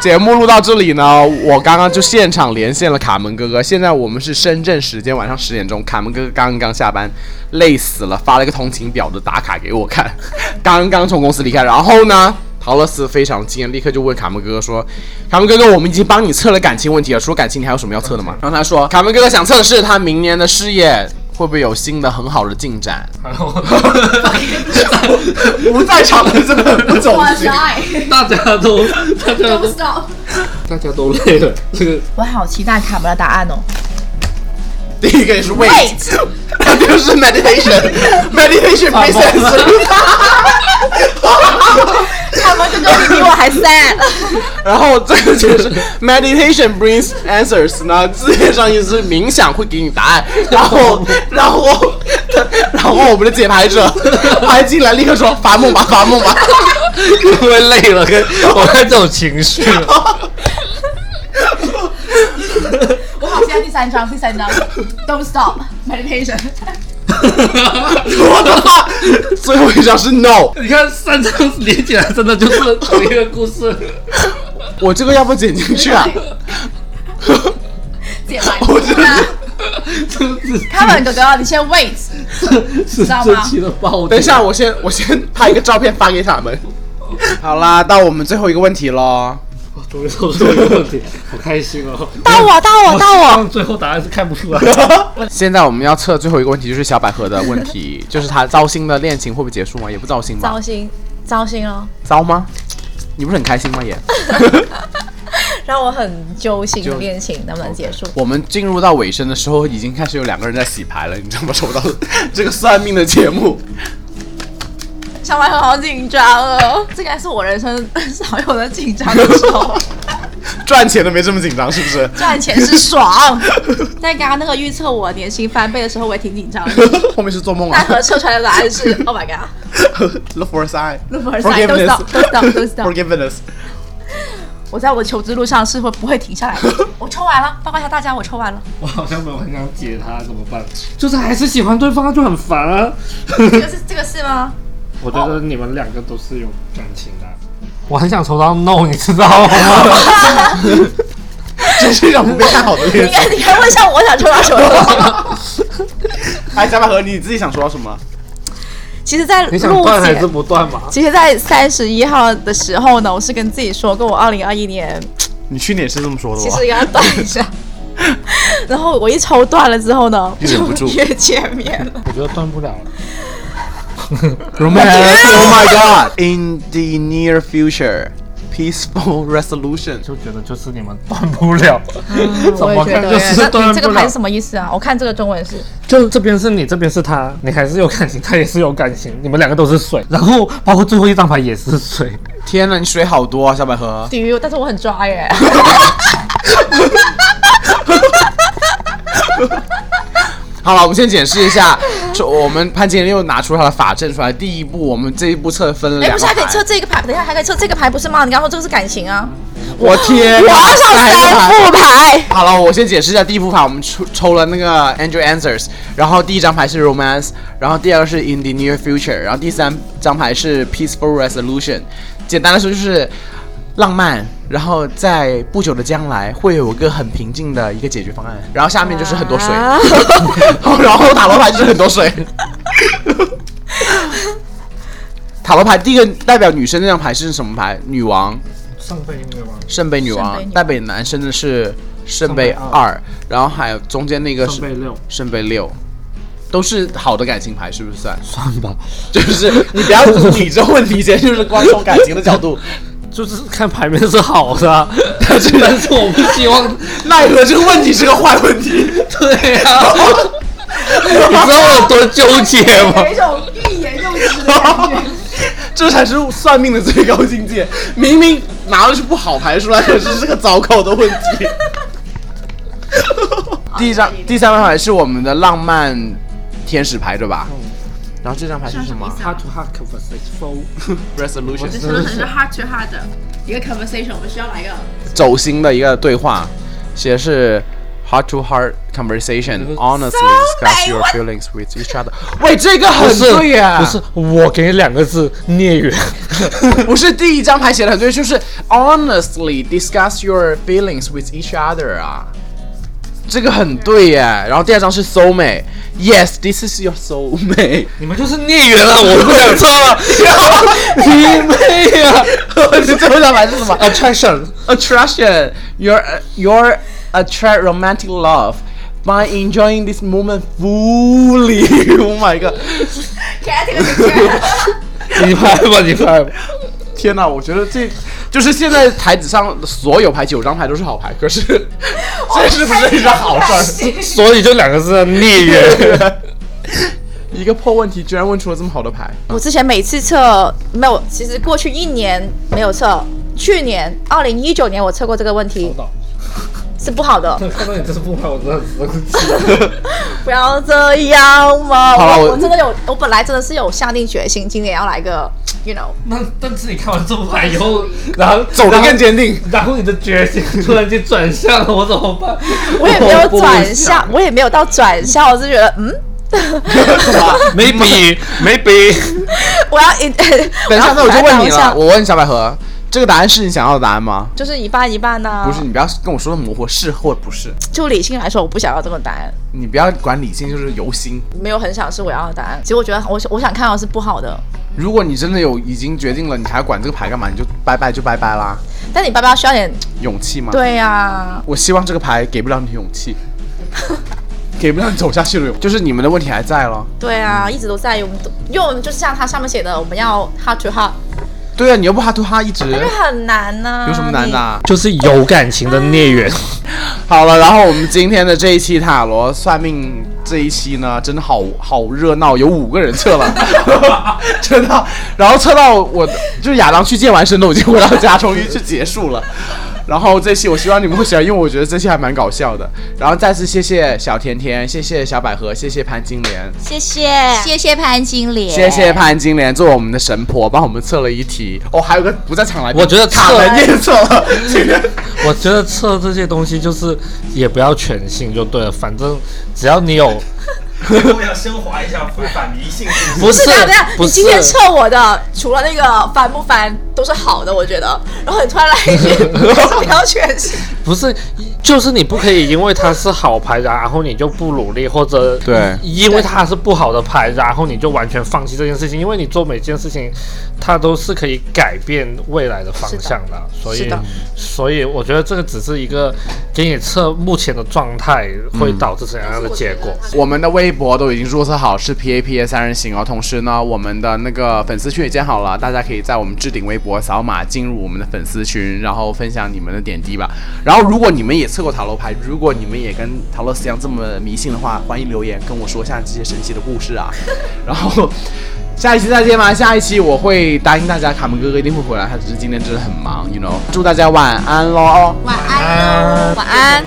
[SPEAKER 1] 节目录到这里呢，我刚刚就现场连线了卡门哥哥，现在我们是深圳时间晚上十点钟，卡门哥哥刚刚下班，累死了，发了一个通勤表的打卡给我看，刚刚从公司离开，然后呢？陶乐斯非常惊讶，立刻就问卡门哥哥说：“卡门哥哥，我们已经帮你测了感情问题了，除了感情你还有什么要测的吗？”然后他说：“卡门哥哥想测的是他明年的事业会不会有新的很好的进展。” 不在场的真的不走心。
[SPEAKER 3] 大家都，大家都，大家都累了。这个
[SPEAKER 2] 我好期待卡门的答案哦。
[SPEAKER 1] 第一个也是 wait，第二个是 meditation，meditation
[SPEAKER 9] 啊
[SPEAKER 1] 没 sense。
[SPEAKER 2] 卡门哥哥你比我还 sad，
[SPEAKER 1] 然后这个就是 meditation brings answers 呢，字面上意思是冥想会给你答 案。然后，然后， 然后我们的解牌者 还进来立刻说发梦吧，发梦吧。
[SPEAKER 9] 因为累了， 跟我看这种情绪，
[SPEAKER 2] 我好期待第三张，第三张，Don't stop meditation。
[SPEAKER 1] 我的话，最后一张是 no。
[SPEAKER 3] 你看三张连起来，真的就是同一个故事。
[SPEAKER 1] 我这个要不剪进去啊？
[SPEAKER 2] 解完。 卡门哥哥，你先 wait，
[SPEAKER 3] 是
[SPEAKER 2] 道吗
[SPEAKER 3] 这期的爆
[SPEAKER 1] 等
[SPEAKER 3] 点
[SPEAKER 1] 一。下，我先我先拍一个照片发给他们。 好啦，到我们最后一个问题喽。
[SPEAKER 3] 我终于说出这个问题，好开心哦！
[SPEAKER 10] 到我，到我，到我！
[SPEAKER 3] 但最后答案是看不出来。
[SPEAKER 1] 现在我们要测最后一个问题， 就是小百合的问题，就是她糟心的恋情会不会结束吗？也不糟心吧？
[SPEAKER 2] 糟心，糟心哦，
[SPEAKER 1] 糟吗？你不是很开心吗？也。
[SPEAKER 2] 让我很揪心的
[SPEAKER 1] 揪
[SPEAKER 2] 恋情能不能结束？
[SPEAKER 1] 我们进入到尾声的时候，已经开始有两个人在洗牌了，你知道吗？收到了这个算命的节目，
[SPEAKER 2] 小白好紧张哦，这应该是我人生 少有的紧张的时候。
[SPEAKER 1] 赚钱都没这么紧张，是不是？
[SPEAKER 2] 赚钱是 爽，在刚刚那个预测我年薪翻倍的时候，我也挺紧张的。
[SPEAKER 1] 后面是做梦
[SPEAKER 2] 奈
[SPEAKER 1] 啊。
[SPEAKER 2] 何测出来的答案是 Oh my God，
[SPEAKER 1] Look for a sign.
[SPEAKER 2] 路不是都知
[SPEAKER 1] Forgiveness.
[SPEAKER 2] 道，都知道，都知道。
[SPEAKER 1] Forgiveness.
[SPEAKER 2] 我在我的求职路上是会不会停下来的？我抽完了，报告一下大家，我抽 完了。
[SPEAKER 3] 我好像没有很想解他，怎么办？就是还是喜欢对方，就很烦啊。
[SPEAKER 2] 这个是这个是吗？
[SPEAKER 3] 我觉得你们两个都是有感情的。我很想抽到 no，你知道吗？
[SPEAKER 1] 这是一场没看好的
[SPEAKER 2] 你
[SPEAKER 1] 恋情。
[SPEAKER 2] 看，你看，问一下我想抽到什 么？
[SPEAKER 1] 哎，小百合，你自己想说什么？
[SPEAKER 2] 其实，在
[SPEAKER 3] 你想
[SPEAKER 2] 录
[SPEAKER 3] 断还是
[SPEAKER 2] 节，
[SPEAKER 3] 不断嘛？
[SPEAKER 2] 其实，在三十一号的时候呢，我是跟自己说过，我二零二一年
[SPEAKER 1] 你去年也是这么说的
[SPEAKER 2] 其
[SPEAKER 1] 吧？
[SPEAKER 2] 实应该断一下。然后我一抽断了之后呢，
[SPEAKER 1] 就忍不住
[SPEAKER 2] 就越见面了。
[SPEAKER 3] 我觉得断不了了。
[SPEAKER 1] Romance. Oh my God. In the near future, peaceful resolution.
[SPEAKER 3] 就觉得就是你们断不了，怎
[SPEAKER 2] 我也
[SPEAKER 3] 么
[SPEAKER 2] 觉
[SPEAKER 3] 看
[SPEAKER 2] 得
[SPEAKER 3] 就
[SPEAKER 2] 耶，
[SPEAKER 3] 是
[SPEAKER 2] 那
[SPEAKER 3] 断
[SPEAKER 2] 你这
[SPEAKER 3] 不
[SPEAKER 2] 个
[SPEAKER 3] 了
[SPEAKER 2] 牌是。什么意思啊？我看这个中文是
[SPEAKER 3] 就这边是你，这边是他，你还是有感情，他也是有感情，你们两个都是水，然后包括最后一张牌也是水。
[SPEAKER 1] 天呐，你水好多啊，小百合。
[SPEAKER 2] Do you，但是我很抓哎耶。
[SPEAKER 1] 好了，我们先解释一 下，就我们潘金莲又拿出她的法阵出来。第一步，我们这一步测分了
[SPEAKER 2] 哎，
[SPEAKER 1] 两个
[SPEAKER 2] 不是
[SPEAKER 1] 牌
[SPEAKER 2] 还可以测这个牌？等一下还可以测这个牌，不是吗？你刚刚说这个是感情啊。
[SPEAKER 1] 我天，
[SPEAKER 10] 我要上三
[SPEAKER 1] 牌。
[SPEAKER 10] 副牌，
[SPEAKER 1] 好了，我先解释一下，第一副牌我们抽抽了那个 Angel Answers，然后第一张牌是 Romance，然后第二个是 In the Near Future，然后第三张牌是 Peaceful Resolution。简单来说就是浪漫，然后在不久的将来会有一个很平静的一个解决方案。然后下面就是很多水，
[SPEAKER 11] 啊
[SPEAKER 1] 然后塔罗牌就是很多水。塔罗牌第一个代表女生那张牌是什么牌？女王。
[SPEAKER 3] 上辈应该吧？
[SPEAKER 1] 圣杯女王，代表男生的是圣杯二，然后还有中间那个是
[SPEAKER 3] 上辈六，
[SPEAKER 1] 圣杯六，都是好的感情牌，是不是算？
[SPEAKER 3] 算吧，
[SPEAKER 1] 就是你不要理这问题，直接就是光从感情的角 度。
[SPEAKER 3] 就是看牌面是好的啊，
[SPEAKER 1] 但是
[SPEAKER 3] 但是我不 希望。
[SPEAKER 1] 奈何这个问题是个坏问题，
[SPEAKER 3] 对啊呀、 你知道我有多纠结吗
[SPEAKER 12] 有？一种欲言又止的感觉。
[SPEAKER 1] 这才是算命的最高境界。明明拿的是不好牌出来，可是是个糟糕的问 题。第一张、第三张牌是我们的浪漫天使牌，对吧？嗯然后这张牌是什么
[SPEAKER 3] 他 to hard conversation，
[SPEAKER 1] ？Resolution
[SPEAKER 12] 这真的是 heart to heart 的一个 conversation，我们需要来一个
[SPEAKER 1] 走心的一个对话，写的是 heart to heart conversation, honestly discuss your feelings with each other。喂，这个
[SPEAKER 3] 不
[SPEAKER 1] 很
[SPEAKER 3] 是
[SPEAKER 1] 对啊耶，
[SPEAKER 3] 不是，我给你两个字，孽 缘。
[SPEAKER 1] 不是第一张牌写的很对，就是 honestly discuss your feelings with each other 啊，这个很对耶。然后第二张是 soul mate。Yes, this is your soulmate。
[SPEAKER 3] 你们就是孽缘啊！我不想唱 了，你妹呀
[SPEAKER 1] 这最后一张牌是什么？
[SPEAKER 3] ！Attraction，
[SPEAKER 1] attraction your your attract romantic love by enjoying this moment fully oh my god
[SPEAKER 12] cat 这个 picture。
[SPEAKER 3] 你拍吧，你拍吧。
[SPEAKER 1] 天哪我觉得这就是现在台子上所有牌九张牌都是好牌可是这是不是一件好事
[SPEAKER 12] 事儿？
[SPEAKER 3] 所以就两个字，啊孽 缘。
[SPEAKER 1] 儿 一个破问题居然问出了这么好的牌
[SPEAKER 2] 我之前每次测没有，其实过去一年没有测，去年二零一九年我测过这个问题，是不好的。
[SPEAKER 3] 看到你这是不拍，我真的很生气。
[SPEAKER 2] 不要这样嘛！
[SPEAKER 1] 好了
[SPEAKER 2] 我
[SPEAKER 1] 我
[SPEAKER 2] 我真的有，我本来真的是有下定决心，今年要来个，you know，
[SPEAKER 3] 那但是你看完这部牌以后，然后
[SPEAKER 1] 走得更坚定
[SPEAKER 3] 然后你的决心突然间转向了，我怎么办？
[SPEAKER 2] 我也没有转校，我也没有到转校，我是觉得，嗯，
[SPEAKER 3] Maybe maybe，
[SPEAKER 2] 我要 in，
[SPEAKER 1] 等一下那我就问你
[SPEAKER 2] 我要
[SPEAKER 1] 了
[SPEAKER 2] 反
[SPEAKER 1] 我问小百合这个答案是你想要的答案吗
[SPEAKER 2] 就是一半一半呐、
[SPEAKER 1] 不是，你不要跟我说的模糊，是或不是，
[SPEAKER 2] 就理性来说，我不想要这个答案，
[SPEAKER 1] 你不要管理性，就是由心。
[SPEAKER 2] 没有很想是我要的答案。其实我觉得我我想看到的是不好的，
[SPEAKER 1] 如果你真的有已经决定了，你还管这个牌干嘛？你就拜拜就拜拜啦，
[SPEAKER 2] 但你爸爸需要点，
[SPEAKER 1] 勇气吗？
[SPEAKER 2] 对啊呀、
[SPEAKER 1] 我希望这个牌给不了你勇 气，给不了你走下去的勇，就是你们的问题还在咯。
[SPEAKER 2] 对啊，一直都在，我们都因为我们就是像它上面写的，我们要 hard to hard，
[SPEAKER 1] 对啊，你又不哈图哈一直，
[SPEAKER 2] 因为
[SPEAKER 1] 有
[SPEAKER 2] 很难呐、
[SPEAKER 1] 什么难的、啊？
[SPEAKER 3] 就是有感情的孽缘。
[SPEAKER 1] 好了，然后我们今天的这一期塔罗算命这一期呢，真的好好热闹，有五个人测 了，真的。然后测到我，就是亚当去健完身都已经回到家，终于就结束了。然后这期我希望你们会喜欢，因为我觉得这期还蛮搞笑的。然后再次谢谢小甜甜，谢谢小百合，谢谢潘金莲，
[SPEAKER 2] 谢谢，谢谢潘金莲，
[SPEAKER 1] 谢谢潘金莲做我们的神婆，帮我们测了一题。哦，还有个不在场来宾，
[SPEAKER 3] 我觉得
[SPEAKER 1] 卡
[SPEAKER 3] 测
[SPEAKER 1] 门也测了。今天
[SPEAKER 3] 我觉得测这些东西就是也不要全信就对了，反正只要你有，
[SPEAKER 5] 我要升华一下，不反迷信是
[SPEAKER 3] 不
[SPEAKER 5] 不是
[SPEAKER 2] 不
[SPEAKER 3] 是
[SPEAKER 2] 是啊，等一下，
[SPEAKER 3] 不
[SPEAKER 2] 你
[SPEAKER 3] 是
[SPEAKER 2] 今天测我的，除了那个烦不烦，都是好的，我觉得。然后你突然来 一句，不要全信，
[SPEAKER 3] 不是，就是你不可以因为它是好牌，然后你就不努力，或者
[SPEAKER 1] 对
[SPEAKER 3] 因为它是不好的牌，然后你就完全放弃这件事情，因为你做每件事情，它都是可以改变未来的方向的，所
[SPEAKER 2] 是
[SPEAKER 3] 以
[SPEAKER 2] 的
[SPEAKER 3] 所以我觉得这个只是一个给你测目前的状态会导致怎样的结果。
[SPEAKER 1] 我们的微博都已经注册好，是 P A P A 三人行哦。同时呢，我们的那个粉丝群也建好了，大家可以在我们置顶微博扫码进入我们的粉丝群，然后分享你们的点滴吧。然后，如果你们也测过塔罗牌，如果你们也跟陶乐斯一样这么迷信的话，欢迎留言跟我说一下这些神奇的故事啊。 然后。下一期再见吧！下一期我会答应大家，卡门哥哥一定会回来，他只是今天真的很忙，you know。祝大家晚安喽！
[SPEAKER 2] 哦晚安。